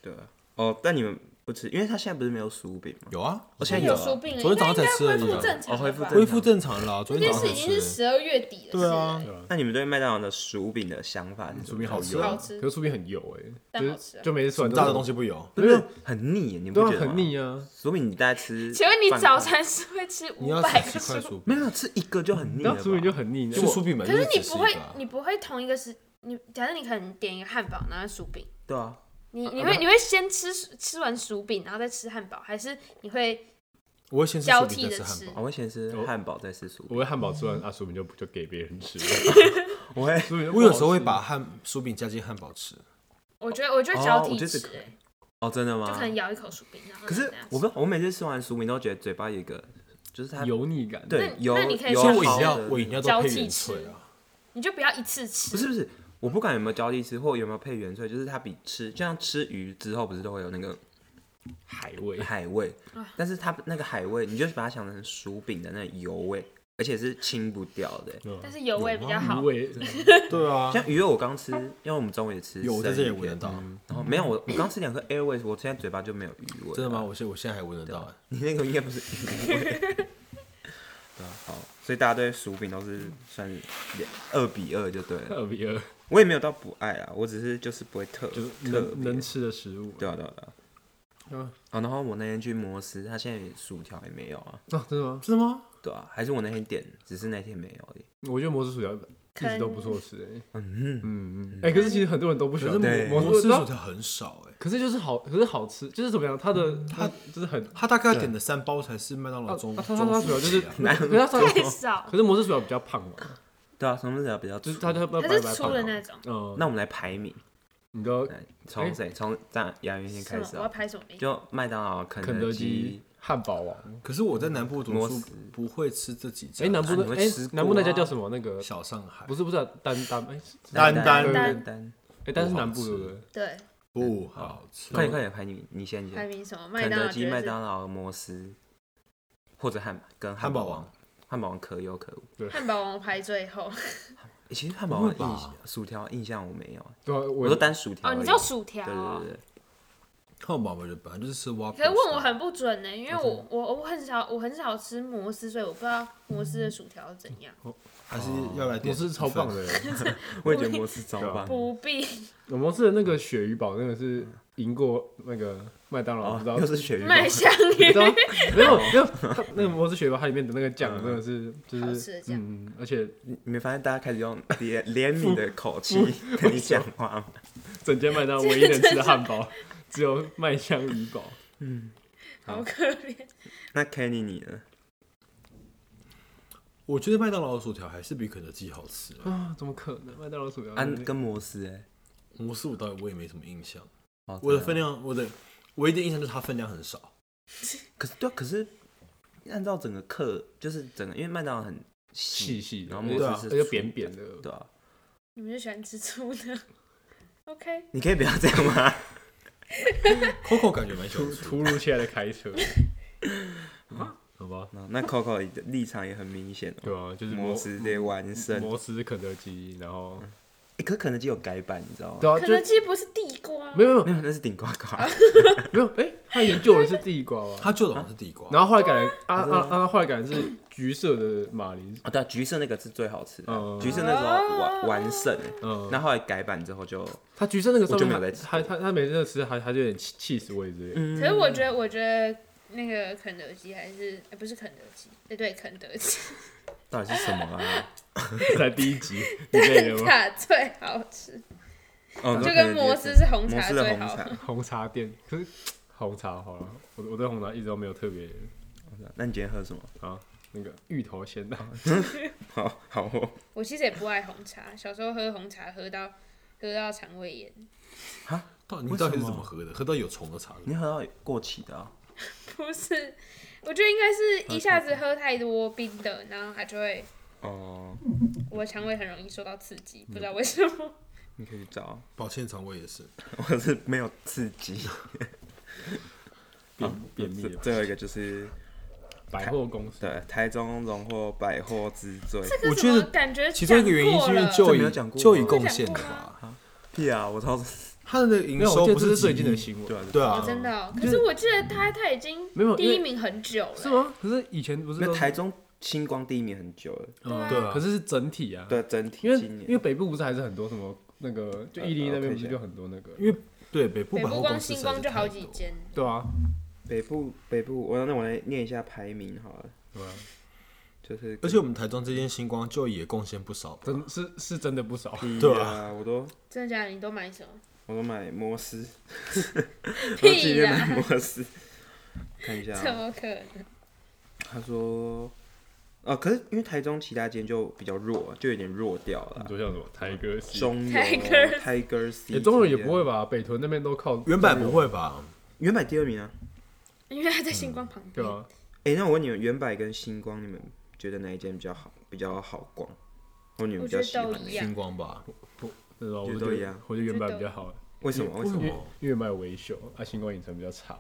Speaker 4: 对啊，哦，但你们不吃，因为它现在不是没有薯饼吗？
Speaker 3: 有啊，
Speaker 4: 哦现在有
Speaker 2: 有
Speaker 4: 啊
Speaker 2: 薯饼，
Speaker 3: 昨天早上才吃
Speaker 2: 那
Speaker 3: 而
Speaker 2: 应该恢复正
Speaker 3: 已啊，
Speaker 2: 常了吧，
Speaker 4: 哦恢复正
Speaker 3: 恢复正常了啊。昨
Speaker 2: 这件
Speaker 3: 天早
Speaker 2: 事已
Speaker 3: 上
Speaker 2: 经是
Speaker 3: 才吃。
Speaker 2: 十二月底的事
Speaker 3: 对啊
Speaker 2: 了，
Speaker 4: 那你们对麦当劳的薯饼的想法是什
Speaker 5: 薯
Speaker 4: 么？
Speaker 5: 饼好油
Speaker 3: 好
Speaker 5: 啊，
Speaker 2: 吃
Speaker 5: 可是薯饼很油哎，
Speaker 2: 但好
Speaker 5: 就
Speaker 2: 吃
Speaker 5: 是
Speaker 2: 啊
Speaker 5: 就每次吃完
Speaker 3: 炸的东
Speaker 5: 西
Speaker 3: 西不油，
Speaker 4: 不是很腻耶，你
Speaker 5: 对
Speaker 4: 不
Speaker 5: 啊
Speaker 4: 觉得吗
Speaker 5: 很？腻啊。
Speaker 4: 薯饼你大概吃，
Speaker 2: 请问你早？餐是会吃
Speaker 3: 你
Speaker 2: 五
Speaker 3: 要
Speaker 2: 百
Speaker 3: 吃
Speaker 2: 个
Speaker 3: 几块
Speaker 2: 薯饼？
Speaker 3: 薯
Speaker 4: 没
Speaker 3: 饼？
Speaker 4: 有吃一个就很腻
Speaker 5: 那
Speaker 4: 了。
Speaker 5: 薯饼就很腻，
Speaker 3: 吃
Speaker 5: 我
Speaker 3: 薯饼本
Speaker 2: 可
Speaker 3: 身
Speaker 2: 是
Speaker 3: 就
Speaker 2: 你
Speaker 3: 只
Speaker 2: 不
Speaker 3: 一
Speaker 2: 会
Speaker 3: 个啊，
Speaker 2: 你不会同一个时，你假设你可能点一个汉堡，然后薯饼，
Speaker 4: 对啊，
Speaker 2: 你你会你会先吃吃完薯饼，然后再吃汉堡，还是你会
Speaker 3: 我会先吃薯
Speaker 2: 交替的
Speaker 3: 饼再吃汉
Speaker 2: 吃
Speaker 3: 堡。
Speaker 4: 我会先吃汉堡再吃薯饼。
Speaker 5: 我会汉堡吃完啊，薯饼就就给别人吃。
Speaker 4: 我会
Speaker 5: 薯饼就不
Speaker 3: 我
Speaker 5: 好
Speaker 3: 有时候会
Speaker 5: 吃
Speaker 3: 把汉薯饼加进汉堡吃，
Speaker 2: 我觉得我觉得
Speaker 4: 哦
Speaker 2: 交
Speaker 4: 我
Speaker 2: 替
Speaker 4: 觉得这
Speaker 2: 吃、
Speaker 4: 可以
Speaker 2: 欸
Speaker 4: 哦，真的吗
Speaker 2: 就可？能咬一口薯饼，然后
Speaker 4: 可是
Speaker 2: 再拿
Speaker 4: 我不，我每次吃完薯饼都觉得嘴巴有一个，就是它
Speaker 5: 油腻感，
Speaker 4: 对
Speaker 2: 那
Speaker 4: 油
Speaker 2: 那你可以
Speaker 4: 油
Speaker 3: 所以
Speaker 2: 先
Speaker 3: 我
Speaker 4: 好
Speaker 3: 饮料
Speaker 4: 的
Speaker 3: 我饮料都
Speaker 2: 交
Speaker 3: 配
Speaker 2: 替
Speaker 3: 原
Speaker 2: 吃
Speaker 3: 萃啊。
Speaker 2: 你就不要一次吃，
Speaker 4: 不是不是，我不管有没有交替吃或有没有配原味，就是它比吃，就像吃鱼之后不是都会有那个
Speaker 5: 海味。
Speaker 4: 海味，但是它那个海味，你就是把它想成薯饼的那种油味，而且是清不掉的欸。
Speaker 3: 嗯
Speaker 2: 但是油味比较好
Speaker 5: 鱼。味，
Speaker 3: 对啊，
Speaker 4: 像鱼肉我刚吃，因为我们中午也吃，
Speaker 3: 有我在这里闻得。到，
Speaker 4: 然嗯哦后没有我，我刚吃两颗 Airways，我现在嘴巴就没有鱼味。
Speaker 3: 真的吗？？我现我现在还闻得到
Speaker 2: 啊
Speaker 3: 欸。
Speaker 4: 你那个应该不是鱼味。 [laughs] 对啊，好，所以大家对薯饼都是算是两二比二就对了。
Speaker 5: 特别
Speaker 4: 我也没有到不爱啊，我只是就是不会特
Speaker 5: 就是
Speaker 4: 特
Speaker 5: 能
Speaker 4: 别
Speaker 5: 能。吃的食物。
Speaker 4: 对啊对啊对啊。
Speaker 5: 嗯
Speaker 4: 哦，然后我那天去摩斯，他现在薯条也没有啊。
Speaker 5: 啊，真的吗？
Speaker 3: 真的吗？
Speaker 4: 对啊，还是我那天点，只是那天没有而已。
Speaker 5: 我觉得摩斯薯条一直都不错吃诶。
Speaker 4: 嗯，
Speaker 5: 嗯嗯，哎，可是其实很多人都不喜
Speaker 3: 可
Speaker 5: 欢
Speaker 3: 是
Speaker 4: 对
Speaker 3: 摩
Speaker 5: 摩
Speaker 3: 摩
Speaker 5: 斯
Speaker 3: 斯
Speaker 5: 薯条，
Speaker 3: 薯条很少哎，
Speaker 5: 可是就是好，可是好吃，就是怎么样？它的它就是很，
Speaker 3: 他大概点了三包才是麦当劳
Speaker 5: 它
Speaker 3: 中
Speaker 2: 哦
Speaker 5: 它它它
Speaker 3: 中
Speaker 5: 薯条
Speaker 3: 薯
Speaker 5: 就是，
Speaker 3: 条啊。
Speaker 5: 可是它上
Speaker 2: 太少
Speaker 5: 可，是摩斯薯条比较胖嘛，
Speaker 4: 对啊，什么薯条比较粗？
Speaker 5: 就是它它它
Speaker 2: 它
Speaker 5: 白
Speaker 2: 是
Speaker 5: 白
Speaker 2: 粗
Speaker 5: 胖
Speaker 2: 的
Speaker 5: 嘛。
Speaker 2: 那种。
Speaker 5: 嗯，
Speaker 4: 那我们来排名，
Speaker 5: 你都
Speaker 4: 来从谁？从咱牙云先
Speaker 2: 什
Speaker 4: 开
Speaker 2: 么？
Speaker 4: 始
Speaker 2: 我要
Speaker 4: 啊。
Speaker 2: 拍什么名？
Speaker 4: 就麦当劳、肯
Speaker 5: 肯德
Speaker 4: 基
Speaker 5: 基、，汉堡王，
Speaker 3: 可是我在南部读
Speaker 4: 摩
Speaker 3: 书
Speaker 4: 斯
Speaker 3: 不会吃这几家。
Speaker 5: 哎，南部
Speaker 4: 你
Speaker 5: 那
Speaker 4: 会
Speaker 5: 哎
Speaker 4: 吃过
Speaker 5: 南部那家
Speaker 4: 啊
Speaker 5: 叫什么？那个
Speaker 3: 小上海
Speaker 5: 不是不是啊丹丹哎是
Speaker 3: 丹
Speaker 4: 丹
Speaker 2: 丹
Speaker 4: 丹丹，
Speaker 5: 哎，但是
Speaker 3: 不好
Speaker 5: 南部
Speaker 3: 吃
Speaker 5: 对不对？
Speaker 2: 对，
Speaker 3: 不好吃。
Speaker 4: 快点快点排名，你先你
Speaker 2: 排
Speaker 4: 先。
Speaker 2: 名什么？麦
Speaker 4: 肯
Speaker 2: 当
Speaker 4: 德
Speaker 2: 劳
Speaker 4: 基、
Speaker 2: 绝对
Speaker 4: 麦
Speaker 2: 是
Speaker 4: 当劳、摩斯，或者汉跟
Speaker 3: 汉堡
Speaker 4: 堡
Speaker 3: 王，
Speaker 4: 汉堡王可有可无。
Speaker 2: 汉堡王排最
Speaker 4: [laughs]
Speaker 2: 后。哦
Speaker 4: 诶其实汉堡王
Speaker 3: 不会吧
Speaker 4: 印薯条印象我没有，
Speaker 5: 对啊，我
Speaker 4: 我说单薯条
Speaker 2: 哦，
Speaker 4: 而已。
Speaker 2: 你叫薯条
Speaker 4: 对
Speaker 2: 哦
Speaker 4: 对对。对，
Speaker 3: 汉堡我觉得本来就是吃啊蛙。
Speaker 2: 可是问我很不准呢、因为我我我很少我很少吃摩斯，所以我不知道摩斯的薯条是怎样。
Speaker 3: 还是要来点
Speaker 2: 哦
Speaker 5: 摩斯超棒的，
Speaker 4: [laughs] 我也觉得摩斯超棒。
Speaker 5: 啊
Speaker 2: 不必，
Speaker 5: 我摩斯的那个鳕鱼堡那个是赢过那个麦当劳，不知道
Speaker 4: 哦，又是鳕鱼
Speaker 2: 麦
Speaker 4: 堡，
Speaker 2: 香
Speaker 5: [laughs] 你
Speaker 2: 鱼
Speaker 5: 知道吗没有没有，它那个摩斯鳕鱼堡它里面的那个酱
Speaker 4: 嗯
Speaker 5: 真的是就
Speaker 2: 好
Speaker 5: 是
Speaker 2: 吃的酱
Speaker 5: 嗯，嗯而且
Speaker 4: 你你没发现大家开始用怜怜悯的口气跟你讲
Speaker 5: [laughs]
Speaker 4: 话吗？
Speaker 5: 整间麦当
Speaker 4: [laughs]
Speaker 5: 劳唯一能吃的汉堡只有麦香鱼堡，
Speaker 2: 好可怜。
Speaker 4: 那 Kenny 你呢？
Speaker 3: 我觉得麦当劳的薯条还是比肯德基好吃。
Speaker 5: 啊，怎么可能？麦当劳薯条
Speaker 4: 啊，跟摩斯哎，
Speaker 3: 摩斯我倒我也没什么印象，
Speaker 4: 哦
Speaker 3: 我的
Speaker 4: 真
Speaker 3: 分量我的唯一的印象就是它分量很少。
Speaker 4: 可是对啊，可是按照整个课，就是整个，因为麦当劳很
Speaker 5: 细细的，
Speaker 4: 然后
Speaker 5: 而且
Speaker 4: 摩
Speaker 3: 摩
Speaker 4: 斯
Speaker 5: 而
Speaker 4: 是
Speaker 5: 且扁扁的，
Speaker 4: 对啊，
Speaker 2: 你们就喜欢吃粗的？OK，
Speaker 4: 你可以不要这
Speaker 5: [laughs]
Speaker 4: 样吗？
Speaker 3: Coco 感觉蛮喜
Speaker 5: 突
Speaker 3: 欢吃
Speaker 5: 突如其来的开
Speaker 4: [laughs]
Speaker 5: 车，啊好吧，
Speaker 4: 那哦那 Coco 的立场也很明显哦，
Speaker 5: 对啊，就是摩
Speaker 4: 摩斯得完胜。
Speaker 5: 摩斯、肯德基，然后
Speaker 4: 欸可是肯德基有改版，你知道吗？
Speaker 5: 嗯对啊，
Speaker 2: 肯
Speaker 5: 就
Speaker 2: 德基不是地瓜，
Speaker 5: 没有没有
Speaker 4: 哦没有，那是顶呱呱。
Speaker 5: 没有，哎，他研究的是地瓜吧？
Speaker 3: 它就好像是地瓜，
Speaker 5: 然后后来改了，啊啊啊！后来改的是橘色的马铃薯，
Speaker 4: 啊，对啊，橘色那个是最好吃的，
Speaker 5: 嗯
Speaker 4: 橘色那时
Speaker 2: 啊
Speaker 4: 候完完胜欸
Speaker 5: 嗯
Speaker 4: 那后来改版之后就，
Speaker 5: 它橘色那个上
Speaker 4: 我就没有
Speaker 5: 面
Speaker 4: 在
Speaker 5: 还
Speaker 4: 吃
Speaker 5: 还它它每次吃还还是有点气气死味之 [laughs] 类的。
Speaker 2: 可
Speaker 4: 嗯
Speaker 2: 是我觉得我觉得那个肯德基还是、哎不是肯德基，哎对肯德基，
Speaker 4: 到底是什么啊？
Speaker 5: [laughs]
Speaker 2: [laughs]
Speaker 5: 才第一集，你累了吗？
Speaker 2: 它最好吃。
Speaker 4: 嗯，
Speaker 2: 就跟摩斯是红
Speaker 4: 摩
Speaker 2: 茶
Speaker 4: 斯的
Speaker 2: 最
Speaker 4: 红
Speaker 2: 好
Speaker 4: 茶。。
Speaker 5: 红茶店，可是红茶好了，我我对红茶一直都没有特别
Speaker 4: 那你今天喝什么？ [laughs]
Speaker 5: 啊，那个芋头鲜奶，
Speaker 4: 好好哦，
Speaker 2: 我其实也不爱红茶，小时候喝红茶喝到喝到肠胃炎， [laughs]
Speaker 3: 到底你到底是
Speaker 4: 为什
Speaker 3: 怎
Speaker 4: 么
Speaker 3: 么喝的？喝到有虫的茶
Speaker 4: 你喝到过期的啊？
Speaker 2: 不是，我觉得应该是一下子喝太多冰的，然后它就会
Speaker 4: 哦，
Speaker 2: 我的肠胃很容易受到刺激，不知
Speaker 3: 嗯
Speaker 2: 道为什么。 [laughs]
Speaker 4: 你可以去找，啊
Speaker 3: 抱歉，肠胃也是。
Speaker 4: 我是没有刺激。
Speaker 5: 便便秘
Speaker 4: 最最后一个就是
Speaker 5: 百货公司，
Speaker 4: 对台中荣获百货之最。
Speaker 2: 这个
Speaker 3: 我觉
Speaker 2: 怎么
Speaker 3: 得
Speaker 2: 感觉
Speaker 3: 其中一个原因
Speaker 2: 讲
Speaker 3: 是
Speaker 2: 过
Speaker 3: 因为
Speaker 2: 了
Speaker 3: 就
Speaker 4: 这没有
Speaker 3: 以
Speaker 4: 讲过吗
Speaker 3: 就以贡献的
Speaker 2: 这没讲
Speaker 3: 吧，
Speaker 4: 屁啊！我超
Speaker 3: 他的那个营
Speaker 5: 没有，
Speaker 3: 收
Speaker 5: 我记
Speaker 3: 不
Speaker 5: 得这是最
Speaker 3: 几
Speaker 5: 近的
Speaker 3: 亿
Speaker 5: 新闻，
Speaker 3: 对啊
Speaker 2: 哦，，真的哦、可是我记得他他已经
Speaker 5: 没有
Speaker 2: 第
Speaker 5: 因为
Speaker 2: 一名很久了，
Speaker 5: 是？吗？可是以前不是
Speaker 4: 那
Speaker 5: 都
Speaker 4: 台中星光第一名很久了，
Speaker 5: 嗯
Speaker 3: 对啊
Speaker 5: 可是是整体啊，
Speaker 4: 对整体
Speaker 5: 因为
Speaker 4: 今
Speaker 5: 因为
Speaker 4: 年
Speaker 5: 北部不是还是很多什么那个，就
Speaker 4: 呃
Speaker 5: 伊犁那
Speaker 4: 呃
Speaker 5: 边
Speaker 4: 可以
Speaker 5: 不是
Speaker 4: 讲
Speaker 5: 就很多那个，
Speaker 3: 因为对北部
Speaker 2: 北
Speaker 3: 百货
Speaker 2: 部
Speaker 3: 公
Speaker 2: 光
Speaker 3: 司
Speaker 2: 星
Speaker 3: 实在
Speaker 2: 光
Speaker 3: 是
Speaker 2: 就
Speaker 3: 太
Speaker 2: 好
Speaker 3: 多
Speaker 2: 几间，
Speaker 5: 对啊，
Speaker 4: 北部北部，我那我来念一下排名好了，
Speaker 5: 对啊，
Speaker 4: 就是
Speaker 3: 而且我们台中这间星光就也贡献不少吧，
Speaker 5: 真是是真的不少，
Speaker 4: 屁
Speaker 3: 对
Speaker 4: 啊，我都
Speaker 2: 真的假的？你都买什
Speaker 3: [laughs]
Speaker 2: 么？
Speaker 4: 我都买摩斯，我都自
Speaker 2: 屁
Speaker 4: 己买
Speaker 2: 呀、
Speaker 4: 摩斯，
Speaker 2: [laughs]
Speaker 4: 看一下
Speaker 2: 怎
Speaker 4: 啊，
Speaker 2: 么可能？
Speaker 4: 他说。哦，可是因为台中其他间就比较弱，就有点弱掉了
Speaker 5: 你
Speaker 4: 啊。
Speaker 5: 说像什么台哥系，
Speaker 4: 中油、啊
Speaker 2: Tiger
Speaker 4: Tiger C，
Speaker 5: 欸中人也不会，吧？北屯那边都靠
Speaker 3: 原版不会吧？
Speaker 4: 原版第二名啊。
Speaker 2: 因为他在星光旁
Speaker 5: 对
Speaker 2: 边，
Speaker 5: 啊，
Speaker 4: 哎、那我问你们，原版跟星光，你们觉得哪一间比较好，比较好逛？或你们
Speaker 2: 我
Speaker 4: 比
Speaker 2: 觉
Speaker 4: 较
Speaker 2: 得
Speaker 4: 喜欢
Speaker 2: 都
Speaker 4: 哪一
Speaker 2: 一
Speaker 4: 间？
Speaker 3: 星
Speaker 2: 样。
Speaker 3: 光吧，
Speaker 5: 那种啊我
Speaker 4: 觉得
Speaker 5: 就
Speaker 4: 都
Speaker 5: 觉
Speaker 4: 一
Speaker 5: 得
Speaker 4: 样
Speaker 5: 我觉得原版比较好，
Speaker 4: 为什么？为什
Speaker 3: 为
Speaker 4: 么？
Speaker 3: 什
Speaker 5: 因为
Speaker 3: 么
Speaker 5: 因为原版有维修，啊，星光影城比较差。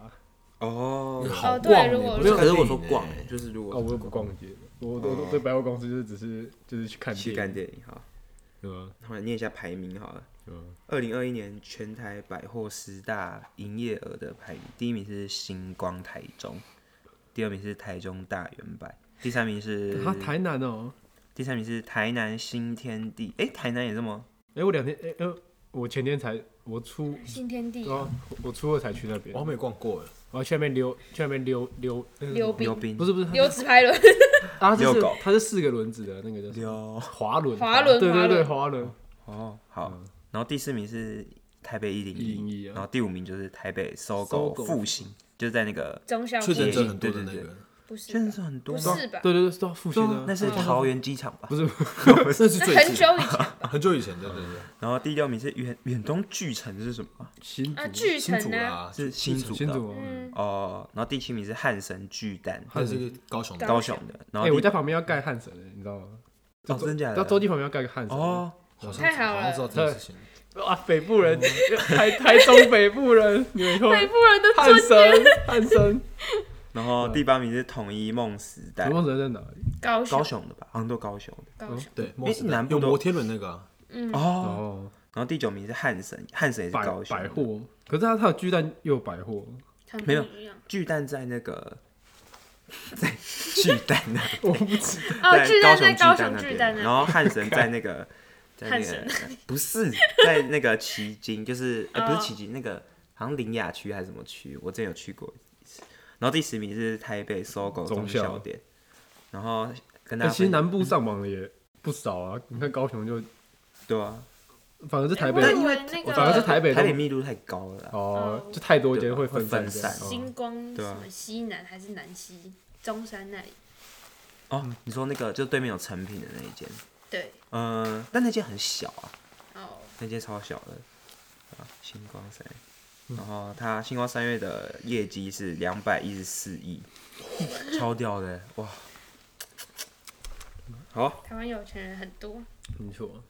Speaker 4: 哦，
Speaker 3: 好
Speaker 2: 对
Speaker 3: 逛欸，
Speaker 2: 如果
Speaker 3: 不
Speaker 4: 没
Speaker 3: 是
Speaker 4: 有，可是
Speaker 3: 看
Speaker 4: 我
Speaker 3: 电
Speaker 4: 说
Speaker 3: 影欸
Speaker 4: 逛，就是如果
Speaker 5: 哦，我又不逛街的，我我我对百货公司就是只是就是去看
Speaker 4: 哦去
Speaker 5: 店，
Speaker 4: 看电影好，
Speaker 5: 对啊吧？
Speaker 4: 然后来念一下排名好了。
Speaker 5: 嗯，
Speaker 4: 二零二一年全台百货十大营业额的排名，第一名是星光台中，第二名是台中大圆百，第三名是
Speaker 5: 啊，台南哦，
Speaker 4: 第三名是台南新天地。哎、台南也这么？
Speaker 5: 哎，我两天哎呃，我前天才我初
Speaker 2: 新天地
Speaker 5: 对啊，我我初二才去那边
Speaker 3: 我，
Speaker 4: 哦
Speaker 3: 还没逛过哎，
Speaker 5: 我要去那边溜，去那边溜溜，那个是什
Speaker 2: 溜
Speaker 5: 么
Speaker 4: 溜
Speaker 2: 冰、
Speaker 4: 冰
Speaker 5: 不是不是，
Speaker 2: 溜直排轮， [laughs]
Speaker 5: 啊，这是
Speaker 4: 遛狗
Speaker 5: 它是四个轮子的那个叫什么
Speaker 4: 溜
Speaker 5: 滑轮，
Speaker 2: 滑轮
Speaker 5: 对对对，
Speaker 2: 滑
Speaker 5: 滑轮，
Speaker 4: 哦，好。然后第四名是台北一零
Speaker 5: 101啊
Speaker 4: 然后第五名就是台北搜
Speaker 5: 搜狗
Speaker 4: 狗复兴，就是在那个
Speaker 2: 中小
Speaker 3: 确诊
Speaker 2: 街
Speaker 3: 者很多的那
Speaker 4: 对对
Speaker 3: 个，
Speaker 2: 不是
Speaker 4: 确
Speaker 2: 吧
Speaker 4: 实很多
Speaker 2: 不
Speaker 4: 啊，
Speaker 2: 是吧？
Speaker 5: 对对对，是要复兴
Speaker 4: 对啊
Speaker 5: 的，
Speaker 4: 那是桃园机场吧？
Speaker 5: 不是
Speaker 3: 那是
Speaker 2: 那
Speaker 3: 最
Speaker 2: 很久
Speaker 3: 近
Speaker 2: 以前啊吧
Speaker 3: 很久以前，对对对，
Speaker 4: 然后第六名是远远东巨城是什么啊？
Speaker 5: [laughs] 新
Speaker 2: 啊，
Speaker 5: 竹
Speaker 2: 巨
Speaker 3: 新
Speaker 2: 城
Speaker 3: 竹
Speaker 2: 啊，
Speaker 3: 啦，
Speaker 4: 是新竹
Speaker 5: 新
Speaker 4: 的
Speaker 5: 竹哦。
Speaker 2: 嗯，
Speaker 4: 哦。然后第七名是汉神巨蛋，
Speaker 3: 还是高雄的
Speaker 2: 高
Speaker 4: 高
Speaker 2: 雄
Speaker 4: 雄的。然后
Speaker 5: 哎，
Speaker 4: 第
Speaker 5: 我家旁边要盖汉神的，你知道吗？
Speaker 4: 哦，真假
Speaker 5: 到洲
Speaker 4: 的？
Speaker 5: 际旁边要盖个汉神
Speaker 4: 哦，
Speaker 3: 好像
Speaker 2: 太好了
Speaker 3: 好像知道这件事情，
Speaker 5: 啊，北部人，台台中北部人，你没错，
Speaker 2: 北部人的
Speaker 5: 汉
Speaker 2: 尊
Speaker 5: 神，汉
Speaker 4: [laughs]
Speaker 5: 神，
Speaker 4: 然后第八名是统一梦时代
Speaker 5: 陈，梦泽在哪里？
Speaker 2: 高
Speaker 4: 高
Speaker 2: 雄，
Speaker 4: 雄的吧，好像都高雄的。
Speaker 2: 高雄，
Speaker 3: 对，梦时代
Speaker 4: 南部
Speaker 3: 有
Speaker 4: 都
Speaker 3: 摩天轮那个啊，
Speaker 2: 嗯，
Speaker 4: 哦，
Speaker 5: 哦，
Speaker 4: 然后第九名是汉神，汉神也是
Speaker 5: 百
Speaker 4: 高雄的
Speaker 5: 百货，可是它它有巨蛋又有百货，
Speaker 2: 很不
Speaker 4: 没有
Speaker 2: 一样。
Speaker 4: 巨蛋在那个在 [laughs] 巨蛋那边，
Speaker 5: 我不知道，
Speaker 2: 哦，巨蛋
Speaker 4: 在
Speaker 2: 在
Speaker 4: 高
Speaker 2: 高
Speaker 4: 雄
Speaker 2: 雄
Speaker 4: 巨
Speaker 2: 巨蛋
Speaker 4: 蛋那边，
Speaker 2: 那
Speaker 4: 然后汉神在那个在那
Speaker 2: 汉
Speaker 4: 个
Speaker 2: 神
Speaker 4: 不是在那个旗津，就是呃不是旗津，那个好像林雅区还是什么区，我之前有去过一次。然后第十名是台北搜狗
Speaker 5: 中
Speaker 4: 中
Speaker 5: 校
Speaker 4: 小店，然后跟
Speaker 5: 但
Speaker 4: 大家
Speaker 5: 哎其实
Speaker 4: 分享
Speaker 5: 南部上榜的也不少啊，你看高雄就，
Speaker 4: 对啊，
Speaker 5: 反而是台北
Speaker 2: 哎，
Speaker 4: 但
Speaker 2: 我
Speaker 4: 因
Speaker 2: 以
Speaker 4: 为
Speaker 2: 为那
Speaker 4: 我
Speaker 2: 个
Speaker 5: 反而是台北
Speaker 4: 台北密度太高了啦，
Speaker 5: 哦
Speaker 2: 哦，
Speaker 5: 就太多间会
Speaker 4: 啊会分
Speaker 5: 分散
Speaker 4: 散
Speaker 5: 哦
Speaker 2: 星光
Speaker 4: 对啊
Speaker 2: 什么西南还是南西中山那里，
Speaker 4: 哦，你说那个就对面有成品的那一间，
Speaker 2: 对，
Speaker 4: 嗯，但那间很小啊，
Speaker 2: 哦，
Speaker 4: 那间超小的啊，星光三月。
Speaker 5: 嗯
Speaker 4: 然后它星光三月的业绩是两百一十四亿，超屌的
Speaker 5: [laughs]
Speaker 4: 哇！好，
Speaker 2: 台湾有钱人很多，
Speaker 5: 没错，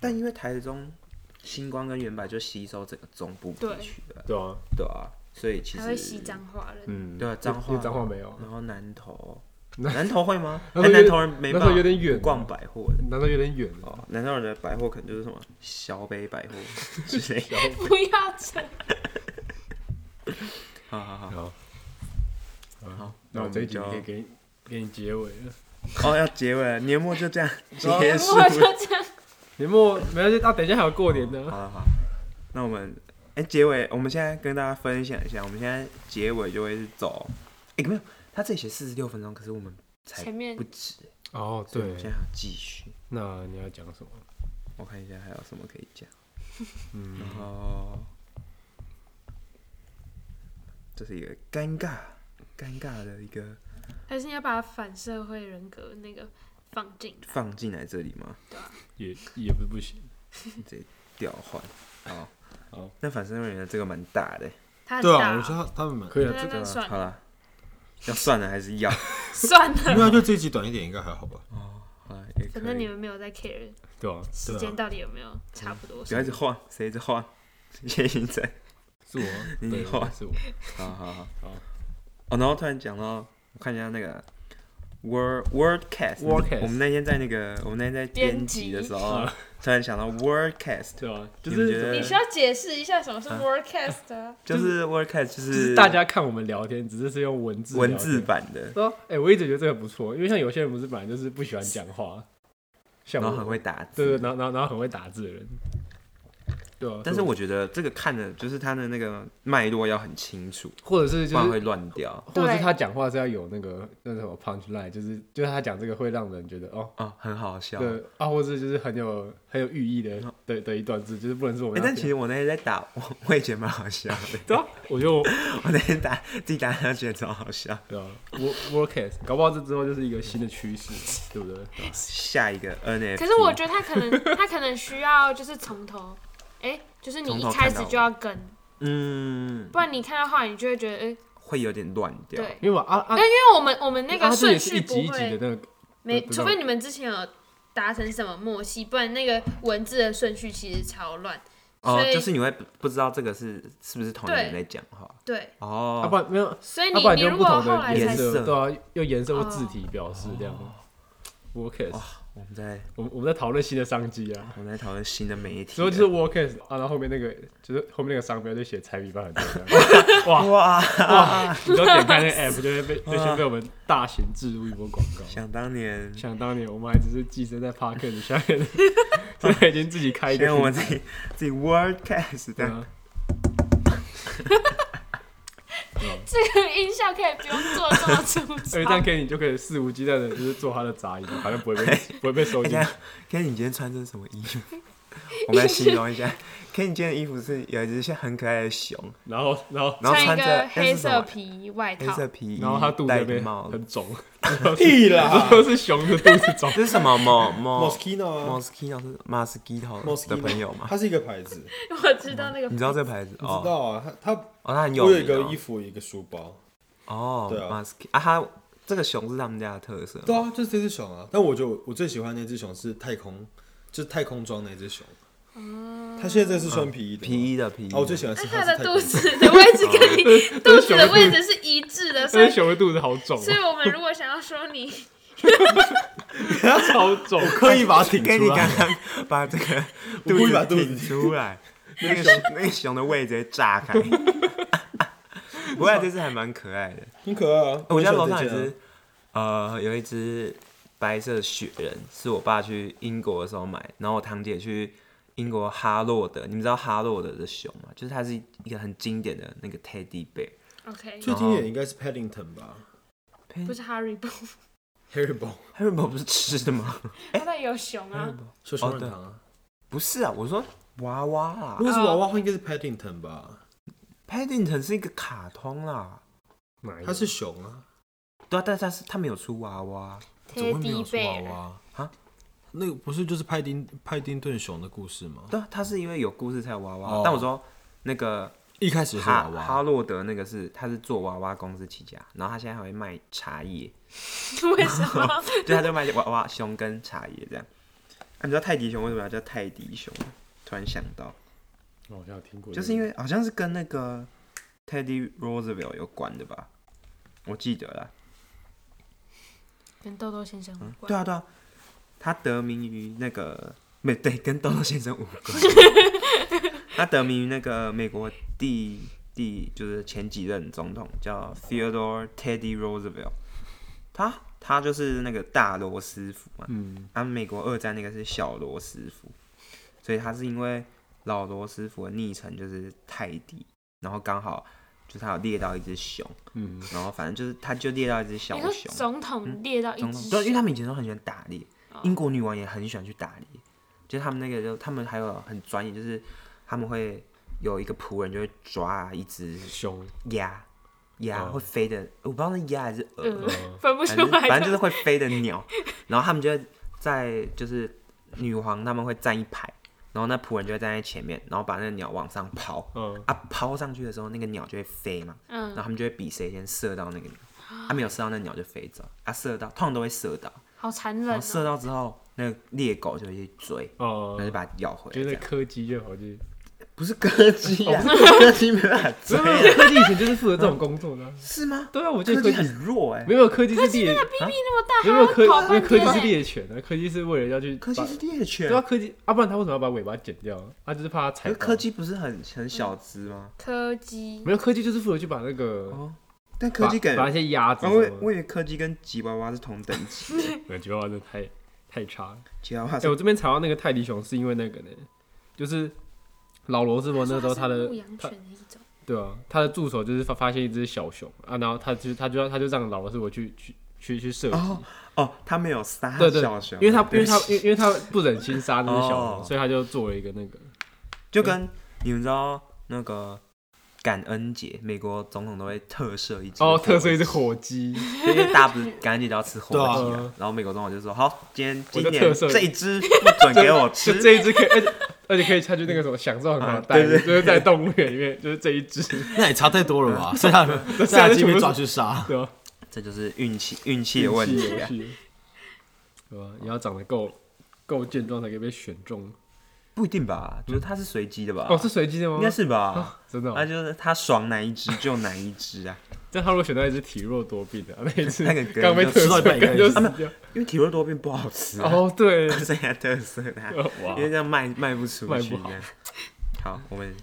Speaker 4: 但因为台中星光跟原版就吸收整个中部地区的，
Speaker 5: 对啊，
Speaker 4: 对啊，所以其
Speaker 2: 还会吸
Speaker 4: 实
Speaker 2: 脏话人，
Speaker 5: 嗯，
Speaker 4: 对啊，嗯彰
Speaker 5: 因
Speaker 4: 化
Speaker 5: 为彰化没有，啊
Speaker 4: 然后
Speaker 5: [laughs]
Speaker 4: 南投，
Speaker 5: 那
Speaker 4: 南投会吗？
Speaker 5: [laughs] 那
Speaker 4: 哎，
Speaker 5: 时候有
Speaker 4: 南投人没
Speaker 5: 那时
Speaker 4: 办
Speaker 5: 候
Speaker 4: 法，
Speaker 5: 有点远
Speaker 4: 不逛百货的
Speaker 5: 难道有点远
Speaker 4: 哦，南投人的百货可能就是什么小北百货之类的。
Speaker 2: 不要这样，
Speaker 4: 好好好，
Speaker 5: 好，好，
Speaker 4: 那
Speaker 5: 啊那我
Speaker 4: 我们
Speaker 5: 这一集
Speaker 4: 就
Speaker 5: 可以给你给你结尾了。
Speaker 4: 哦，要结尾了，年末就这样
Speaker 5: 哦
Speaker 4: 结
Speaker 2: 我
Speaker 4: 束
Speaker 2: 就
Speaker 4: 了。
Speaker 2: 这样，
Speaker 5: 年末没关系，
Speaker 4: 啊
Speaker 5: 那等一下还有过年呢。
Speaker 4: 好了好，那我们哎、结尾，我们现在跟大家分享一下，我们现在结尾就会是走，哎、没有，他这里写四十六分钟，可是我们才
Speaker 2: 前面
Speaker 4: 不止，
Speaker 5: 哦，
Speaker 4: 所以我们现在还要继续。
Speaker 5: 那你要讲什么？
Speaker 4: 我看一下还有什么可以讲，哦，这是一个尴尬、尴尬的一个
Speaker 2: 还是你要把反社会人格那个放进来？
Speaker 4: 放进来这里吗？
Speaker 5: 也也不是不行。
Speaker 4: 调换。好，
Speaker 5: 好，
Speaker 4: 那反正我觉得这个蛮大的。
Speaker 2: 他很
Speaker 3: 对
Speaker 2: 大
Speaker 3: 啊，
Speaker 2: 哦、
Speaker 3: 我觉得他他们蛮
Speaker 5: 可以啊，
Speaker 2: 那
Speaker 5: 这
Speaker 2: 那算
Speaker 4: 好
Speaker 2: 了，
Speaker 4: 了，要算了还是要？
Speaker 2: 算
Speaker 3: 没
Speaker 2: 了，
Speaker 3: 有，就这一集短一点应该还好吧？
Speaker 5: 哦
Speaker 4: 好啦也可
Speaker 2: 反正你
Speaker 4: 以，
Speaker 2: 们没有在 care
Speaker 5: 对啊，
Speaker 2: 时间到底有没有差不多。
Speaker 4: 不要一直晃，谁一直 [laughs] 晃？谢谢在。
Speaker 5: 是我，
Speaker 4: 你
Speaker 5: 对，啊
Speaker 4: 好
Speaker 5: 是我，
Speaker 4: 好好好
Speaker 5: 好。
Speaker 4: 哦，然后突然讲到，我看一下那个 Word Wordcast，
Speaker 5: Wordcast
Speaker 4: 我们那天在那个我们那天在编辑的时候
Speaker 5: 编辑，
Speaker 4: 突然想到 Wordcast，
Speaker 5: 对啊，就
Speaker 4: 你们觉
Speaker 5: 是
Speaker 2: 你
Speaker 4: 得
Speaker 2: 需要解释一下什么是 broadcast 啊？
Speaker 4: 就是 Wordcast
Speaker 5: 就
Speaker 4: 就
Speaker 5: 是是大家看我们聊天，只是是用文字
Speaker 4: 文字
Speaker 5: 聊天。
Speaker 4: 版的，
Speaker 5: 说，哎、我一直觉得这个不错，因为像有些人不是本来就是不喜欢讲话，像
Speaker 4: 然
Speaker 5: 我
Speaker 4: 后很会打
Speaker 5: 对
Speaker 4: 字
Speaker 5: 对，。然后然后然后很会打字的人，对啊。
Speaker 4: 但是我觉得这个看的就是它的那个脉络要很清楚，
Speaker 5: 或者是
Speaker 4: 不
Speaker 5: 就
Speaker 4: 然
Speaker 5: 是
Speaker 4: 会乱掉
Speaker 5: 或者是
Speaker 2: 对
Speaker 5: 他讲话是要有那个那什么 punch line，就是就是他讲这个会让人觉得哦，
Speaker 4: 啊，很好笑。
Speaker 5: 对啊，或者是就是很有很有寓意的
Speaker 4: 嗯
Speaker 5: 的的一段字，就是不能是我
Speaker 4: 哎
Speaker 5: 们。，
Speaker 4: 但其实我那天在打，我我也觉得蛮好笑的。
Speaker 5: 对啊，我就
Speaker 4: 我那天打自己打，觉得超好笑。
Speaker 5: 对啊，work workcast，搞不好这之后就是一个新的趋势，对不 [laughs] 对？
Speaker 4: 下一个 NFT，
Speaker 2: 可是我觉得他可
Speaker 5: [laughs]
Speaker 2: 能他可能需要就是从头，哎、就是你
Speaker 4: 从
Speaker 2: 一
Speaker 4: 头
Speaker 2: 开
Speaker 4: 看
Speaker 2: 始
Speaker 4: 到
Speaker 2: 就要跟，
Speaker 4: 嗯
Speaker 2: 不然你看到后来你就会觉得，哎、
Speaker 5: 嗯
Speaker 4: 会有点乱掉。
Speaker 2: 对，
Speaker 5: 因为我啊啊
Speaker 2: 但，因为我们我们那
Speaker 5: 啊
Speaker 2: 个
Speaker 5: 这也
Speaker 2: 顺
Speaker 5: 是一
Speaker 2: 序不
Speaker 5: 集一集
Speaker 2: 会
Speaker 5: 的那个，
Speaker 4: 哦
Speaker 2: 没，
Speaker 5: 不知道
Speaker 2: 除非你们之前有达成什么默契，不然那个文字的顺序其实超乱。
Speaker 4: 哦
Speaker 2: 所，以
Speaker 4: 就是你会不不知道这个是是不是同一个人在讲话
Speaker 2: 对，
Speaker 5: 啊
Speaker 4: 哦
Speaker 5: 不，然没有，
Speaker 2: 所以
Speaker 5: 啊
Speaker 2: 你、
Speaker 5: 不然
Speaker 2: 你
Speaker 5: 就
Speaker 2: 如
Speaker 5: 用不
Speaker 2: 果
Speaker 5: 同
Speaker 2: 后
Speaker 5: 的
Speaker 2: 来哦
Speaker 5: 颜
Speaker 2: 才
Speaker 5: 色，
Speaker 4: 色
Speaker 5: 对啊，用颜色或字体表示这样。workcast，
Speaker 4: 我们在
Speaker 5: 我们我们在讨论新的商机啊。
Speaker 4: 我们在讨论新的媒体
Speaker 5: 之后
Speaker 4: 了，
Speaker 5: 就是 workcast 啊，然后后面那个就是后面那个商标就写柴米饭很多这样，哇
Speaker 4: [laughs] 哇，
Speaker 5: 哇！ [laughs] 你都点开那个 app 就会被就先被我们大型置入一波广告。
Speaker 4: 想当年，
Speaker 5: 想当年我们还只是寄生在 Parkers 下面的，现在已经自己开一
Speaker 4: 因为
Speaker 5: 个品
Speaker 4: 我们
Speaker 5: 牌
Speaker 4: 自己自己 Wordcast 这
Speaker 5: 对
Speaker 4: 样，
Speaker 5: 啊，
Speaker 2: 这个音效可以不用做这么粗
Speaker 5: [laughs] 而且这样
Speaker 2: 糙。
Speaker 5: 可以你就可以肆无忌惮的，就是做他的杂音，好像不会被不会被收
Speaker 4: 哎，
Speaker 5: 进去
Speaker 4: 等一下。K，你今天穿这是什么衣服？我们来形容
Speaker 2: [laughs]
Speaker 4: 一下，K，你今天的衣服是有一只像很可爱的熊，
Speaker 5: 然后然后
Speaker 4: 然后
Speaker 2: 穿
Speaker 4: 穿
Speaker 2: 一
Speaker 4: 着
Speaker 2: 个
Speaker 4: 那
Speaker 2: 黑
Speaker 4: 是什
Speaker 2: 色
Speaker 4: 么
Speaker 2: 皮外
Speaker 4: 黑
Speaker 2: 套，
Speaker 4: 色皮衣，
Speaker 5: 然后他肚子
Speaker 4: 戴
Speaker 5: 那
Speaker 4: 一个
Speaker 5: 边
Speaker 4: 帽子
Speaker 5: 很，
Speaker 4: [laughs]
Speaker 5: 肿，
Speaker 3: 屁啦
Speaker 5: 都是熊的肚子肿。
Speaker 4: 这是什么 mo
Speaker 3: [laughs]
Speaker 4: mo
Speaker 3: ，Moschino 啊
Speaker 4: mosquito 是 mosquito 哦的
Speaker 3: ，Moschino
Speaker 4: 朋友吗？
Speaker 3: 它是一个牌子，
Speaker 2: [laughs] 我知道那个
Speaker 5: 嗯
Speaker 4: 你知道这牌子
Speaker 3: 你
Speaker 4: 哦
Speaker 3: 知？道啊？它它
Speaker 4: 哦，他很有
Speaker 3: 我
Speaker 4: 名
Speaker 3: 有一个
Speaker 4: 哦
Speaker 3: 衣服，有一个书包，
Speaker 4: 哦，
Speaker 3: 对啊
Speaker 4: m a s k 啊，他这个熊是他们家的特色吗，
Speaker 3: 对啊，就是这只熊啊。但我觉得我我最喜欢那只熊是太空，就是太空装那只熊。它现在这是穿皮衣的嘛，
Speaker 4: 皮衣的皮衣，
Speaker 3: 哦，我最喜欢是
Speaker 2: 那它
Speaker 3: 它是
Speaker 2: 哦的
Speaker 3: 太
Speaker 2: 肚
Speaker 3: 空
Speaker 2: 子的位置跟你肚子的位置是一致的， [laughs] 所
Speaker 5: 但
Speaker 2: 以
Speaker 5: 是熊的肚子好肿哦，
Speaker 2: 所以我们如果想要说你，
Speaker 5: 超肿。
Speaker 3: 刻意把它挺
Speaker 4: 跟
Speaker 3: 出
Speaker 4: 你
Speaker 3: [laughs]
Speaker 4: 刚
Speaker 3: 来，
Speaker 4: 刚把这个
Speaker 3: 我故意把
Speaker 4: 肚
Speaker 3: 肚
Speaker 4: 子
Speaker 3: 子
Speaker 4: 挺出来，那个熊那个熊的胃直接
Speaker 3: [laughs]
Speaker 4: 炸开。不过这只还蛮可爱的，
Speaker 3: 很可爱啊。
Speaker 4: 我家
Speaker 3: 喜欢
Speaker 4: 楼上
Speaker 3: 这
Speaker 4: 有一
Speaker 3: 件啊
Speaker 4: 只，呃，有一只白色雪人，是我爸去英国的时候买，然后我堂姐去英国哈洛德，你们知道哈洛德的熊吗？就是它是一个很经典的那个 teddy bear，
Speaker 2: OK，
Speaker 3: 最
Speaker 4: 哦
Speaker 3: 经典应该是 Paddington 吧
Speaker 2: 不是 Harry b o t
Speaker 3: ，Haribo
Speaker 4: 它原本不是吃的吗？
Speaker 2: 他那有熊啊，
Speaker 3: 小熊软糖啊。
Speaker 4: 不是啊，我说娃娃啦
Speaker 3: 如，果是娃娃的话，应该是 Paddington 吧？
Speaker 4: Paddington 是一个卡通啦，
Speaker 5: 哪一
Speaker 3: 它
Speaker 5: 个哦
Speaker 3: 是熊啊，
Speaker 4: 对啊，但是它是它没有出娃娃，
Speaker 3: 怎么会没
Speaker 2: Teddy
Speaker 3: 有出娃
Speaker 2: Bear，
Speaker 3: 娃
Speaker 4: 啊？
Speaker 3: 那个不是就是派丁派丁顿熊的故事吗？
Speaker 4: 对啊，它是因为有故事才有娃娃。
Speaker 3: 哦
Speaker 4: 但我说那个
Speaker 3: 一开始是娃
Speaker 4: 哈哈
Speaker 3: 娃，
Speaker 4: 洛德那个是他是做娃娃公司起家，然后他现在还会卖茶叶，
Speaker 2: [laughs] 为什么？
Speaker 4: 就他就卖娃娃熊跟茶叶这样。啊，你知道泰迪熊为什么要叫泰迪熊吗？突然想到，
Speaker 5: 哦我好像有听过这个，
Speaker 4: 就是因为好像是跟那个 Teddy Roosevelt 有关的吧，我记得啦。
Speaker 2: 跟豆豆先生无
Speaker 4: 对
Speaker 2: 关。
Speaker 4: 啊，对啊，他得名于那个没对，跟豆豆先生无关。他得名于那个美国第第就是前几任总统叫 Theodore Teddy Roosevelt，他他就是那个大罗斯福嘛，
Speaker 5: 嗯，
Speaker 4: 啊，美国二战那个是小罗斯福，所以他是因为老罗斯福的昵称就是泰迪，然后刚好就是他有猎到一只熊，
Speaker 5: 嗯，
Speaker 4: 然后反正就是他就猎到一只小
Speaker 2: 你说
Speaker 4: 熊，
Speaker 2: 总统列到一
Speaker 4: 总统
Speaker 2: 只
Speaker 4: 对，因
Speaker 2: 熊，
Speaker 4: 为他们以前都很喜欢打猎
Speaker 2: 哦，
Speaker 4: 英国女王也很喜欢去打猎，就是他们那个就他们还有很专业，就是他们会有一个仆人就会抓一只
Speaker 5: 熊，
Speaker 4: 鸭，鸭
Speaker 5: 嗯
Speaker 4: 会飞的，我不知道是鸭还是鹅，
Speaker 2: 嗯， [laughs] 分不
Speaker 4: 反
Speaker 2: 出
Speaker 4: 正
Speaker 2: 来的，
Speaker 4: 反正就是会飞的鸟，然后他们就会在就是女皇他们会站一排，然后那仆人就会站在前面，然后把那个鸟往上抛，
Speaker 5: 嗯，
Speaker 4: 啊抛上去的时候那个鸟就会飞嘛，然后
Speaker 2: 嗯，
Speaker 4: 他们就会比谁先射到那个鸟，他、没有射到那鸟就飞走，啊射到通常都会射到，
Speaker 2: 好残忍
Speaker 4: 然后
Speaker 2: 哦。
Speaker 4: 射到之后那个猎狗就会去追，
Speaker 5: 哦
Speaker 4: 然后就把它咬回来
Speaker 5: 觉
Speaker 4: 这
Speaker 5: 得
Speaker 4: 样，
Speaker 5: 柯基就好，就是
Speaker 4: 不是柯基啊，柯基没办法
Speaker 5: [laughs]
Speaker 4: 追啊
Speaker 5: 没有没有柯基以前就是负责这种工作的啊。
Speaker 4: 是吗？
Speaker 5: 对啊，我记
Speaker 4: 柯
Speaker 5: 得柯
Speaker 4: 基
Speaker 5: 基
Speaker 4: 很弱哎、
Speaker 5: 没有柯基是猎，
Speaker 2: 屁那么大，
Speaker 5: 没有柯
Speaker 2: 还要跑
Speaker 5: 因为
Speaker 2: 半
Speaker 5: 柯基是
Speaker 2: 天欸。
Speaker 5: 猎犬啊，柯基是为了要去把，
Speaker 4: 柯基是猎犬
Speaker 5: 对啊，，柯基啊，不然他为什么要把尾巴剪掉啊？他就是怕它
Speaker 4: 可
Speaker 5: 踩
Speaker 4: 是
Speaker 5: 到。
Speaker 4: 柯基不是很很小只吗？
Speaker 2: 柯基
Speaker 5: 没有柯基就是负责去把那个
Speaker 4: 哦但柯基
Speaker 5: 把
Speaker 4: 感
Speaker 5: 把
Speaker 4: 觉
Speaker 5: 那些鸭子
Speaker 4: 啊，
Speaker 5: 什
Speaker 4: 我以
Speaker 5: 么
Speaker 4: 我以为柯基跟吉娃娃是同等级，
Speaker 5: [laughs] 的，那吉娃娃真的太太差了。
Speaker 4: 吉娃娃
Speaker 5: 哎、
Speaker 4: 是
Speaker 5: 我这边查到那个泰迪熊是因为那个呢，就是老罗斯福那时候他
Speaker 2: 它是
Speaker 5: 的
Speaker 2: 牧羊
Speaker 5: 他
Speaker 2: 犬的一种，
Speaker 5: 对啊，他的助手就是发发现一只小熊啊，然后他就他就他就让老罗斯福去去去去射击。
Speaker 4: 哦哦，他没有杀
Speaker 5: 对对
Speaker 4: 小熊，啊
Speaker 5: 因为他因为
Speaker 4: [laughs] 对不起
Speaker 5: 他因为因为他不忍心杀那只小熊，
Speaker 4: 哦
Speaker 5: 所以他就做了一个那
Speaker 4: [laughs]
Speaker 5: 个，嗯
Speaker 4: 就跟你们知道那个感恩节，美国总统都会特赦一只
Speaker 5: 哦，
Speaker 4: 火
Speaker 5: 特色一只火
Speaker 4: [laughs]
Speaker 5: 鸡，
Speaker 4: 因为大家不是感恩节都要吃火鸡
Speaker 5: 对
Speaker 4: 啊
Speaker 5: 啊，
Speaker 4: 然后美国总统就说好，今天
Speaker 5: 我
Speaker 4: 今
Speaker 5: 就
Speaker 4: 年
Speaker 5: 特赦
Speaker 4: 这一只不准给我
Speaker 5: 就 [laughs]
Speaker 4: 吃，
Speaker 5: 这一只可以，而且而且可以下去那个什么享受很好的待遇，
Speaker 4: 啊对对
Speaker 5: 就是在动物园里面，就是这一只，
Speaker 3: 那也差太多了 [laughs] 吧？剩下的剩下的鸡被抓去杀，
Speaker 5: 对吧？
Speaker 4: 这就是运气运气的问题
Speaker 5: 游
Speaker 4: 啊。
Speaker 5: 戏，对吧？你要长得够够健壮才可以被选中，
Speaker 4: 不一定吧，就是它是随机的吧？
Speaker 5: 哦，是随机的吗？
Speaker 4: 啊应该是啊吧？
Speaker 5: 真的哦
Speaker 4: 他。就是他爽哪一只就哪一只啊，
Speaker 5: 但他如果选到一只体弱多病的，那一只
Speaker 4: [laughs] 那个梗
Speaker 5: 刚被
Speaker 4: 就啊
Speaker 5: 特
Speaker 3: 吃到一
Speaker 5: 色
Speaker 3: 半
Speaker 5: 梗就
Speaker 3: 一个
Speaker 5: 死
Speaker 3: 人
Speaker 5: 掉。
Speaker 4: 因为体弱多病不好吃啊。
Speaker 5: 哦，对，
Speaker 4: [laughs] 剩下特色的啊、 [laughs]
Speaker 5: 哇
Speaker 4: 因，为这样卖卖不出
Speaker 5: 哦卖
Speaker 4: 去。
Speaker 5: 不好
Speaker 4: 这样好，我们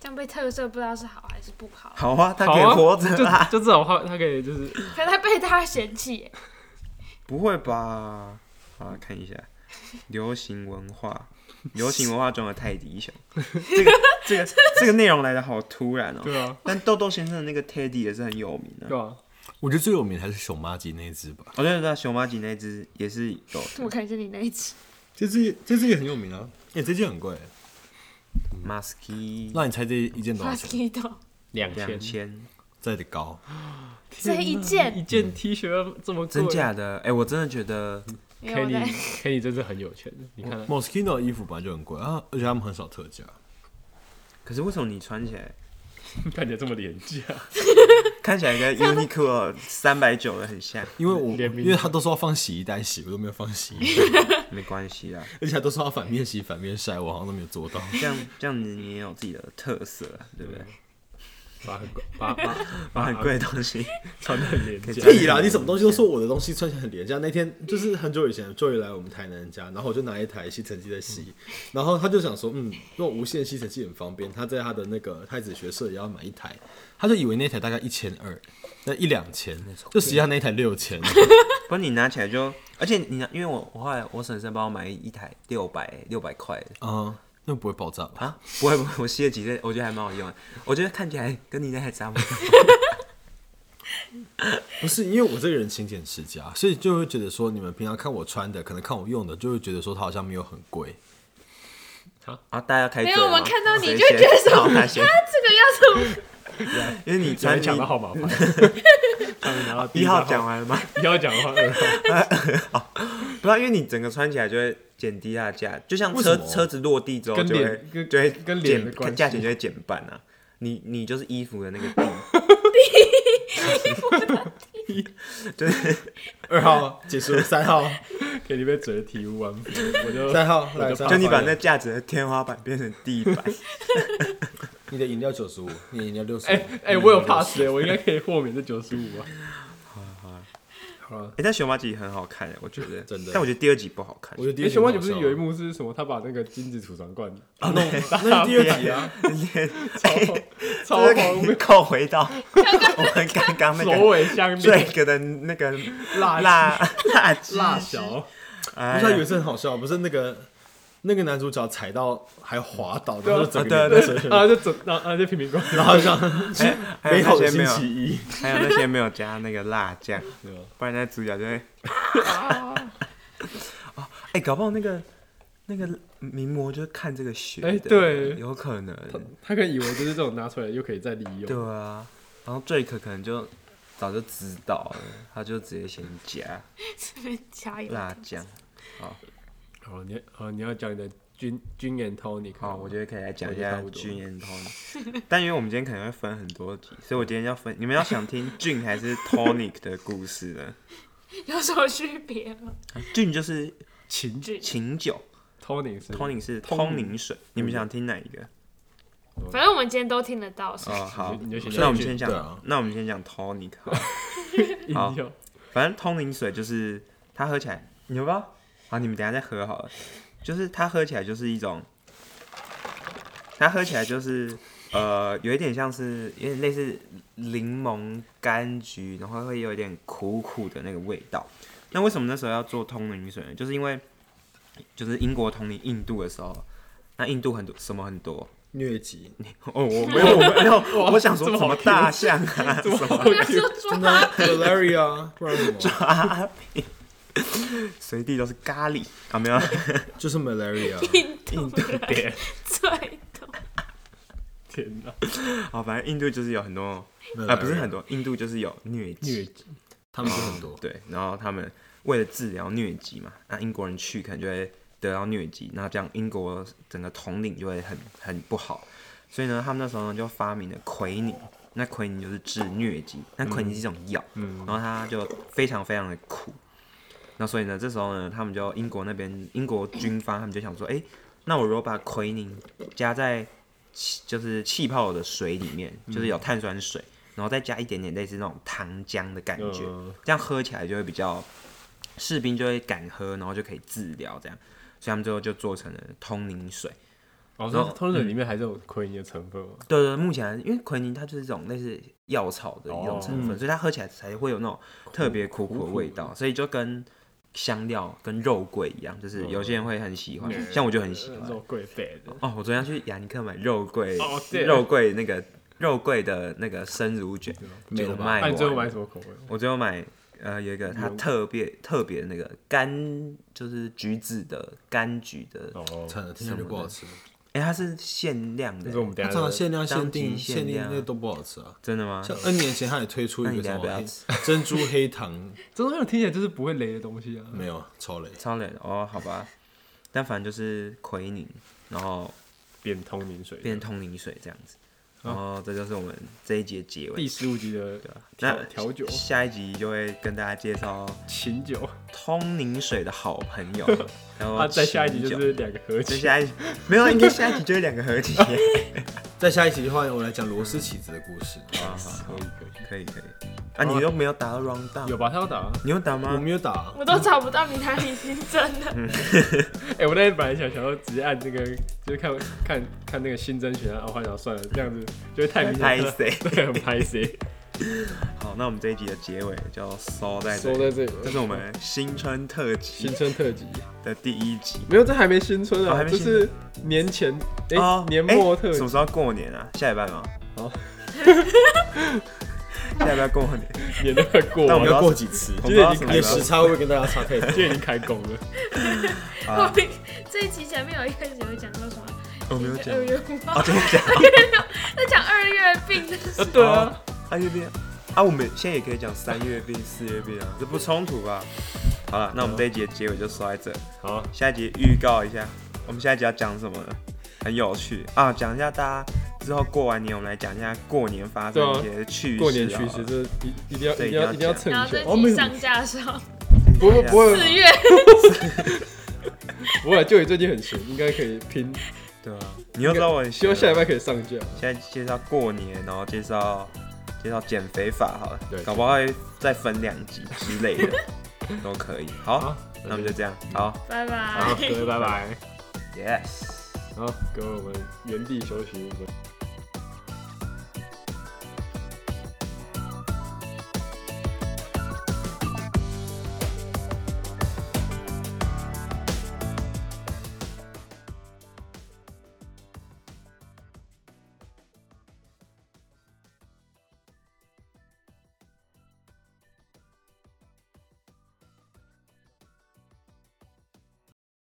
Speaker 2: 这样被特色不知道是好还是不好，
Speaker 4: 好啊，他
Speaker 5: 好
Speaker 4: 可以
Speaker 5: 啊
Speaker 4: 活着啊，
Speaker 5: 就至少他他可以就是
Speaker 2: 可他被大家嫌弃欸，
Speaker 4: [laughs]
Speaker 2: [laughs]
Speaker 4: 不会吧？好啊，看一下流行文化，流行文化中的泰迪熊，这个这个这个内容来的好突然哦、
Speaker 5: 对啊，
Speaker 4: 但豆豆先生的那个 Teddy 也是很有名的、
Speaker 5: 对啊，
Speaker 3: 我觉得最有名还是熊妈鸡那一只吧，
Speaker 4: 我觉得那熊妈吉那只也是有
Speaker 2: 我看一下你那一集，
Speaker 3: 这只这只也很有名啊，哎，这件很贵，
Speaker 4: Musky
Speaker 3: 那你猜这一件多
Speaker 2: 马
Speaker 3: 少
Speaker 2: 斯
Speaker 3: 钱？
Speaker 2: 基多
Speaker 5: 两
Speaker 4: 两
Speaker 5: 千。
Speaker 4: 千，
Speaker 3: 再得高，
Speaker 2: 这一件
Speaker 5: 一件 T 恤要这么贵，
Speaker 4: 真假的？哎、我真的觉得
Speaker 2: 没有我在
Speaker 5: ？Kenny Kenny 真是很有钱的，你看他
Speaker 3: Moschino 的衣服本来就很贵啊，而且他们很少特价。
Speaker 4: 可是为什么你穿起来
Speaker 5: 看起来这么廉价，
Speaker 4: 看起来
Speaker 5: [laughs]
Speaker 4: 跟 Uniqlo 三百九的很像？ [laughs]
Speaker 3: 因为我
Speaker 5: 联名
Speaker 3: 因为他都说要放洗衣袋洗，我都没有放洗衣袋， [laughs]
Speaker 4: 没关系啦，
Speaker 3: 而且他都说要反面洗反面晒，我好像都没有做到。
Speaker 4: 这样这样你也有自己的特色啊，对不对？
Speaker 5: 把很
Speaker 4: [laughs]
Speaker 5: 把把
Speaker 4: 把很贵的东西，
Speaker 5: 穿的很廉
Speaker 4: 可以
Speaker 5: 价
Speaker 4: 这，样
Speaker 3: 屁啦！你什么东西都说我的东西穿起来很廉价。那天就是很久以前，周瑜来我们台南家，然后我就拿一台吸尘器在吸，然后他就想说，嗯，用无线吸尘器很方便，他在他的那个太子学社也要买一台，他就以为那台大概一千二，那一两千，就实际上那一台六千，
Speaker 4: 不然你拿起来就，而且你拿，因为我我后来我婶婶帮我买一台六百六百块的
Speaker 3: 嗯，那不会爆炸吧？
Speaker 4: 啊，不会不会，我吸了几次，我觉得还蛮好用的，我觉得看起来跟你那台差
Speaker 2: [laughs]
Speaker 4: 不多。
Speaker 3: 不是，因为我这个人勤俭持家，所以就会觉得说，你们平常看我穿的，可能看我用的，就会觉得说它好像没有很贵。
Speaker 4: 啊，大家开
Speaker 2: 没有
Speaker 4: 嘴吗
Speaker 2: 我看到你
Speaker 4: 谁
Speaker 2: 就
Speaker 4: 先
Speaker 2: 觉得说
Speaker 4: 好他
Speaker 2: [laughs]
Speaker 4: 先
Speaker 2: 这个要怎么？
Speaker 4: 因为你
Speaker 5: 只能
Speaker 4: 穿
Speaker 5: 抢到
Speaker 4: 你
Speaker 5: 号码
Speaker 4: [laughs]
Speaker 5: 牌，终于拿到第
Speaker 4: 一号
Speaker 5: 张
Speaker 4: 讲，完了吗？
Speaker 5: 一号讲的话，二号
Speaker 4: 不要，因为你整个穿起来就会减低它的价，就像
Speaker 3: 为
Speaker 4: 车
Speaker 3: 什么
Speaker 4: 车子落地之后
Speaker 5: 跟
Speaker 4: 就会
Speaker 5: 脸跟
Speaker 4: 就会
Speaker 5: 跟脸的
Speaker 4: 减
Speaker 5: 关系
Speaker 4: 价钱就会减半啊。你你就是衣服的那个地，
Speaker 3: 二号结束，三号，
Speaker 5: 给你被嘴体无完肤，我就
Speaker 3: 三号来，三号
Speaker 4: 就你把
Speaker 3: 来
Speaker 4: 那价值的天花板变成地板。
Speaker 3: 你的饮料九十五，你的饮料六十五。
Speaker 5: 哎哎，我有 pass，哎我应该可以豁免这九十五啊。好了，
Speaker 4: 哎、但熊猫集很好看，我觉得
Speaker 3: 真的
Speaker 4: 但我觉得第二集不好啊看
Speaker 3: 我。觉得第
Speaker 5: 哎，
Speaker 3: 二
Speaker 5: 熊猫姐不是有一幕是什么？他把那个金子储藏罐
Speaker 4: 哦
Speaker 3: 啊，那那是第二集啊，
Speaker 5: 超超荒
Speaker 4: 哎这个
Speaker 5: 谬，
Speaker 4: 扣回到我们刚刚那
Speaker 5: 首
Speaker 4: 个
Speaker 5: 尾相
Speaker 4: 最
Speaker 5: 连，
Speaker 4: 个的那个
Speaker 5: 辣
Speaker 4: 辣辣
Speaker 5: 辣
Speaker 4: 辣
Speaker 5: 小，
Speaker 3: 不
Speaker 4: 哎
Speaker 3: 是他
Speaker 4: 呀
Speaker 3: 有一次很好笑，不是那个那个男主角踩到还滑倒，然后就整
Speaker 4: 啊
Speaker 3: 个
Speaker 4: 哎对
Speaker 3: 人
Speaker 5: 然后就整，然后然后就平民光，
Speaker 3: 然后像
Speaker 4: [laughs] 还有
Speaker 3: 美好
Speaker 4: 那
Speaker 3: 的
Speaker 4: 些没
Speaker 3: 星
Speaker 4: 有，
Speaker 3: 期啊一，
Speaker 4: 还有那些没有加那个辣
Speaker 3: [laughs]
Speaker 4: 酱，
Speaker 5: 对吧？哦
Speaker 4: [laughs] 哦不然那主角就会。哎、搞不好那个那个名模就是看这个学的，
Speaker 5: 哎对
Speaker 4: 有可能，
Speaker 5: 他可能以为就是这种拿出来又可以再利用。
Speaker 4: 对啊。然后 Drake 可能就早就知道了，他就直接先加
Speaker 2: 加油！
Speaker 4: 辣酱。
Speaker 5: 啊好，哦你好，你要讲你的军军演 Tony。
Speaker 4: 好，哦我觉得可以来讲一
Speaker 5: 我觉得
Speaker 4: 下
Speaker 5: 差不多
Speaker 4: 俊彦通，但因为我们今天可能会分很多集，所以我今天要分。你们要想听俊还是 Tonic 的故事
Speaker 5: [laughs]
Speaker 4: 呢？
Speaker 2: 有什么区别吗？
Speaker 4: 俊就是
Speaker 5: 情
Speaker 4: 琴酒
Speaker 5: Tony 是
Speaker 4: ，Tonic 是
Speaker 5: 通
Speaker 4: 通灵嗯水。你们想听哪一个？
Speaker 2: 反正我们今天都听得到， [laughs] 是不是
Speaker 4: [laughs] 哦，好，
Speaker 5: 你就先
Speaker 4: 那我们先
Speaker 3: 对啊
Speaker 4: 讲，那我们先讲 Tonic [laughs] 好了。
Speaker 5: 硬
Speaker 4: 好
Speaker 5: 要
Speaker 4: 反正通灵水就是它喝起来，你要不要？好，你们等一下再喝好了。就是它喝起来就是一种，它喝起来就是呃，有一点像是有点类似柠檬柑橘，然后会有一点苦苦的那个味道。那为什么那时候要做通灵水呢？就是因为就是英国统领印度的时候，那印度很多什么很多
Speaker 3: 疟疾，
Speaker 4: [laughs] 哦，我没有我没
Speaker 5: [laughs]
Speaker 4: 有，我想说
Speaker 5: 这么
Speaker 4: 什
Speaker 5: 好
Speaker 4: 么大象
Speaker 5: [laughs]
Speaker 4: 啊，什么
Speaker 2: 不要
Speaker 4: [laughs]
Speaker 2: 说抓
Speaker 3: 真的啊 malaria，不然什么？
Speaker 4: 阿比，随地都是咖喱啊， [laughs] 没有。
Speaker 3: 就是 malaria，
Speaker 2: 印度人 [laughs] 最多，
Speaker 5: 天哪，
Speaker 4: 好，反正印度就是有很多 [laughs] 啊、
Speaker 3: 啊
Speaker 4: 不是很，多，印度就是有疟
Speaker 5: 虐
Speaker 4: 疾，
Speaker 5: 鸡
Speaker 3: 他们是很多，
Speaker 4: 对，然后他们为了治疗疟疾嘛，那英国人去可能就会得到疟疾，那这样英国整个统领就会很很不好，所以呢，他们那时候呢就发明了奎宁，那奎宁就是治疟疾，那奎宁是一种药，
Speaker 3: 嗯
Speaker 4: 然后它就非常非常的苦，那所以呢，这时候呢，他们就英国那边英国军方他们就想说，哎、那我如果把奎宁加在气就是气泡的水里面，就是有碳酸水，然后再加一点点类似那种糖浆的感觉，
Speaker 5: 嗯
Speaker 4: 这样喝起来就会比较，士兵就会敢喝，然后就可以治疗这样，所以他们最后就做成了通灵水。
Speaker 5: 哦，
Speaker 4: 然
Speaker 5: 那
Speaker 4: 后
Speaker 5: 通常里面还是有奎尼的成分哦吗？
Speaker 4: 对对，目前因为奎宁它就是一种类似药草的一种成分，
Speaker 3: 哦
Speaker 4: 所以它喝起来才会有那种特别苦苦的味道，所以就跟香料跟肉桂一样，就是有些人会很喜欢，像我就很喜欢。
Speaker 5: 哦呃肉桂 bad，
Speaker 4: 哦，我昨天去雅尼克买肉桂，
Speaker 5: 哦对
Speaker 4: 肉桂那个肉桂的那个生乳卷
Speaker 3: 没
Speaker 4: 就
Speaker 3: 了吧
Speaker 4: 卖
Speaker 5: 那
Speaker 4: 完。
Speaker 5: 你最后买什么口味？
Speaker 4: 我最后买呃有一个它特别特别的那个柑，就是橘子的柑橘的，
Speaker 5: 哦，
Speaker 3: 惨了，听起来就不好吃。
Speaker 4: 哎、它是限量
Speaker 5: 这
Speaker 4: 的
Speaker 5: 是，我们等
Speaker 3: 它
Speaker 5: 一
Speaker 3: 常
Speaker 5: 下
Speaker 3: 常限量、限
Speaker 4: 啊当
Speaker 3: 定、
Speaker 4: 即
Speaker 3: 限
Speaker 4: 限
Speaker 3: 定
Speaker 4: 量
Speaker 3: 那都不好吃啊。
Speaker 4: 真的吗？
Speaker 3: 像 N 年前他也推出一个什么
Speaker 4: 那你等下不要
Speaker 3: 黑
Speaker 4: 吃
Speaker 3: [laughs] 珍珠黑糖，
Speaker 5: 这种听起来就是不会雷的东西
Speaker 4: 嗯
Speaker 5: 啊。
Speaker 3: 没有超雷，
Speaker 4: 超冷哦，好吧，但反正就是奎宁，然后
Speaker 5: 变通灵水，
Speaker 4: 变成通灵水这样子，然后这就是我们这一节结
Speaker 5: 嗯第
Speaker 4: 尾。
Speaker 5: 十五集的
Speaker 4: 那
Speaker 5: 调调酒
Speaker 4: 下一集就会跟大家介绍
Speaker 5: 琴酒，
Speaker 4: 通灵水的好朋
Speaker 5: [laughs]
Speaker 4: 友，然后
Speaker 5: 啊，再下一集
Speaker 4: 哦琴
Speaker 5: 就
Speaker 4: 酒
Speaker 5: 是两个合
Speaker 4: 再
Speaker 5: 集，
Speaker 4: 下一集没有，应该下一集啊就是两个
Speaker 5: [laughs]
Speaker 4: 合体。
Speaker 3: 再下一集的话，我来讲螺丝起子的故事。
Speaker 4: 好好
Speaker 5: 可以可以，
Speaker 4: 可以可以。啊，你又没有打到 round down，
Speaker 5: 有吧？他要打啊，
Speaker 4: 你有打
Speaker 3: 我
Speaker 4: 吗？
Speaker 3: 没有打，
Speaker 2: 我都找不到你哪里是真的。
Speaker 5: 哎，我那天本来想想要直接按这个，就是看看看那个新增选项，哦，我想算了，这样子就会太明
Speaker 4: 拍
Speaker 5: 显了，
Speaker 4: 谁？
Speaker 5: 对，很拍谁？
Speaker 4: 好，那我们这一集的结尾就收在这
Speaker 5: 收
Speaker 4: 里，
Speaker 5: 在这里，
Speaker 4: 这是我们新春特
Speaker 5: 新
Speaker 4: 辑
Speaker 5: 春特辑。
Speaker 4: 的第一集。
Speaker 5: 没有，这还没新春
Speaker 4: 哦
Speaker 5: 啊，
Speaker 4: 还没
Speaker 5: 这
Speaker 4: 新
Speaker 5: 是年前哎、
Speaker 4: 哦
Speaker 5: 年末特
Speaker 4: 哎
Speaker 5: 辑哦
Speaker 4: 什么时候要过年啊？下礼拜吗？
Speaker 5: 好，
Speaker 4: [laughs] 下礼拜过
Speaker 5: [laughs]
Speaker 4: 年，
Speaker 5: 年都快过
Speaker 4: 那
Speaker 5: 完
Speaker 3: 我
Speaker 4: 我们
Speaker 5: 了，
Speaker 3: 要过几次？
Speaker 4: 我不
Speaker 5: 今
Speaker 4: 知
Speaker 5: 天
Speaker 4: 道
Speaker 5: 已
Speaker 4: 什
Speaker 5: 经
Speaker 4: 么
Speaker 3: 因为
Speaker 4: 礼
Speaker 3: 时
Speaker 4: 拜。
Speaker 3: 差会跟大家差太多。
Speaker 5: 今天已经开工了，
Speaker 4: 好
Speaker 2: 我
Speaker 4: [laughs] 啊
Speaker 2: 们这一集前面有一开始有讲到什么？
Speaker 4: 我哦没有讲哦
Speaker 2: 二月五号，
Speaker 4: 真的假
Speaker 2: [laughs]
Speaker 4: 的？
Speaker 2: 在讲二月病的事。
Speaker 5: 对
Speaker 4: 啊，二月病啊，我们现在也可以讲三月病、四月病啊，这不冲突吧？好了，那我们
Speaker 5: 啊
Speaker 4: 这一集的结尾就收在这。
Speaker 5: 好，
Speaker 4: 下一集预告一下，我们下一集要讲什么呢？很有趣啊，讲一下大家之后过完年，我们来讲一下过年发生一些趣事、
Speaker 5: 啊过年趋势，这一一定要
Speaker 4: 啊这
Speaker 5: 一定
Speaker 4: 一定
Speaker 5: 要
Speaker 4: [laughs] 要
Speaker 5: 一定要
Speaker 4: 讲哎
Speaker 5: 蹭一下
Speaker 2: 然后这，
Speaker 5: 哦没
Speaker 2: 集
Speaker 5: 有
Speaker 2: 上架的时
Speaker 4: [laughs]
Speaker 2: 候，
Speaker 5: 不会不会
Speaker 2: 四月
Speaker 5: 不会，就你最近很闲，应该可以拼，
Speaker 4: 对啊，你又知道我很
Speaker 5: 希
Speaker 4: 喜
Speaker 5: 望
Speaker 4: 欢
Speaker 5: 下礼拜可以上架。
Speaker 4: 现在介绍过年，然后介绍介绍减肥法好了，
Speaker 5: 对
Speaker 4: 搞不好会再分两集之类
Speaker 5: [laughs]
Speaker 4: 的都可以。好
Speaker 5: 好，嗯
Speaker 4: 那我们就这样，好
Speaker 2: 拜拜。
Speaker 5: 好，各位拜拜，
Speaker 4: ，yes。
Speaker 5: 好，各位我们原地休息一会儿。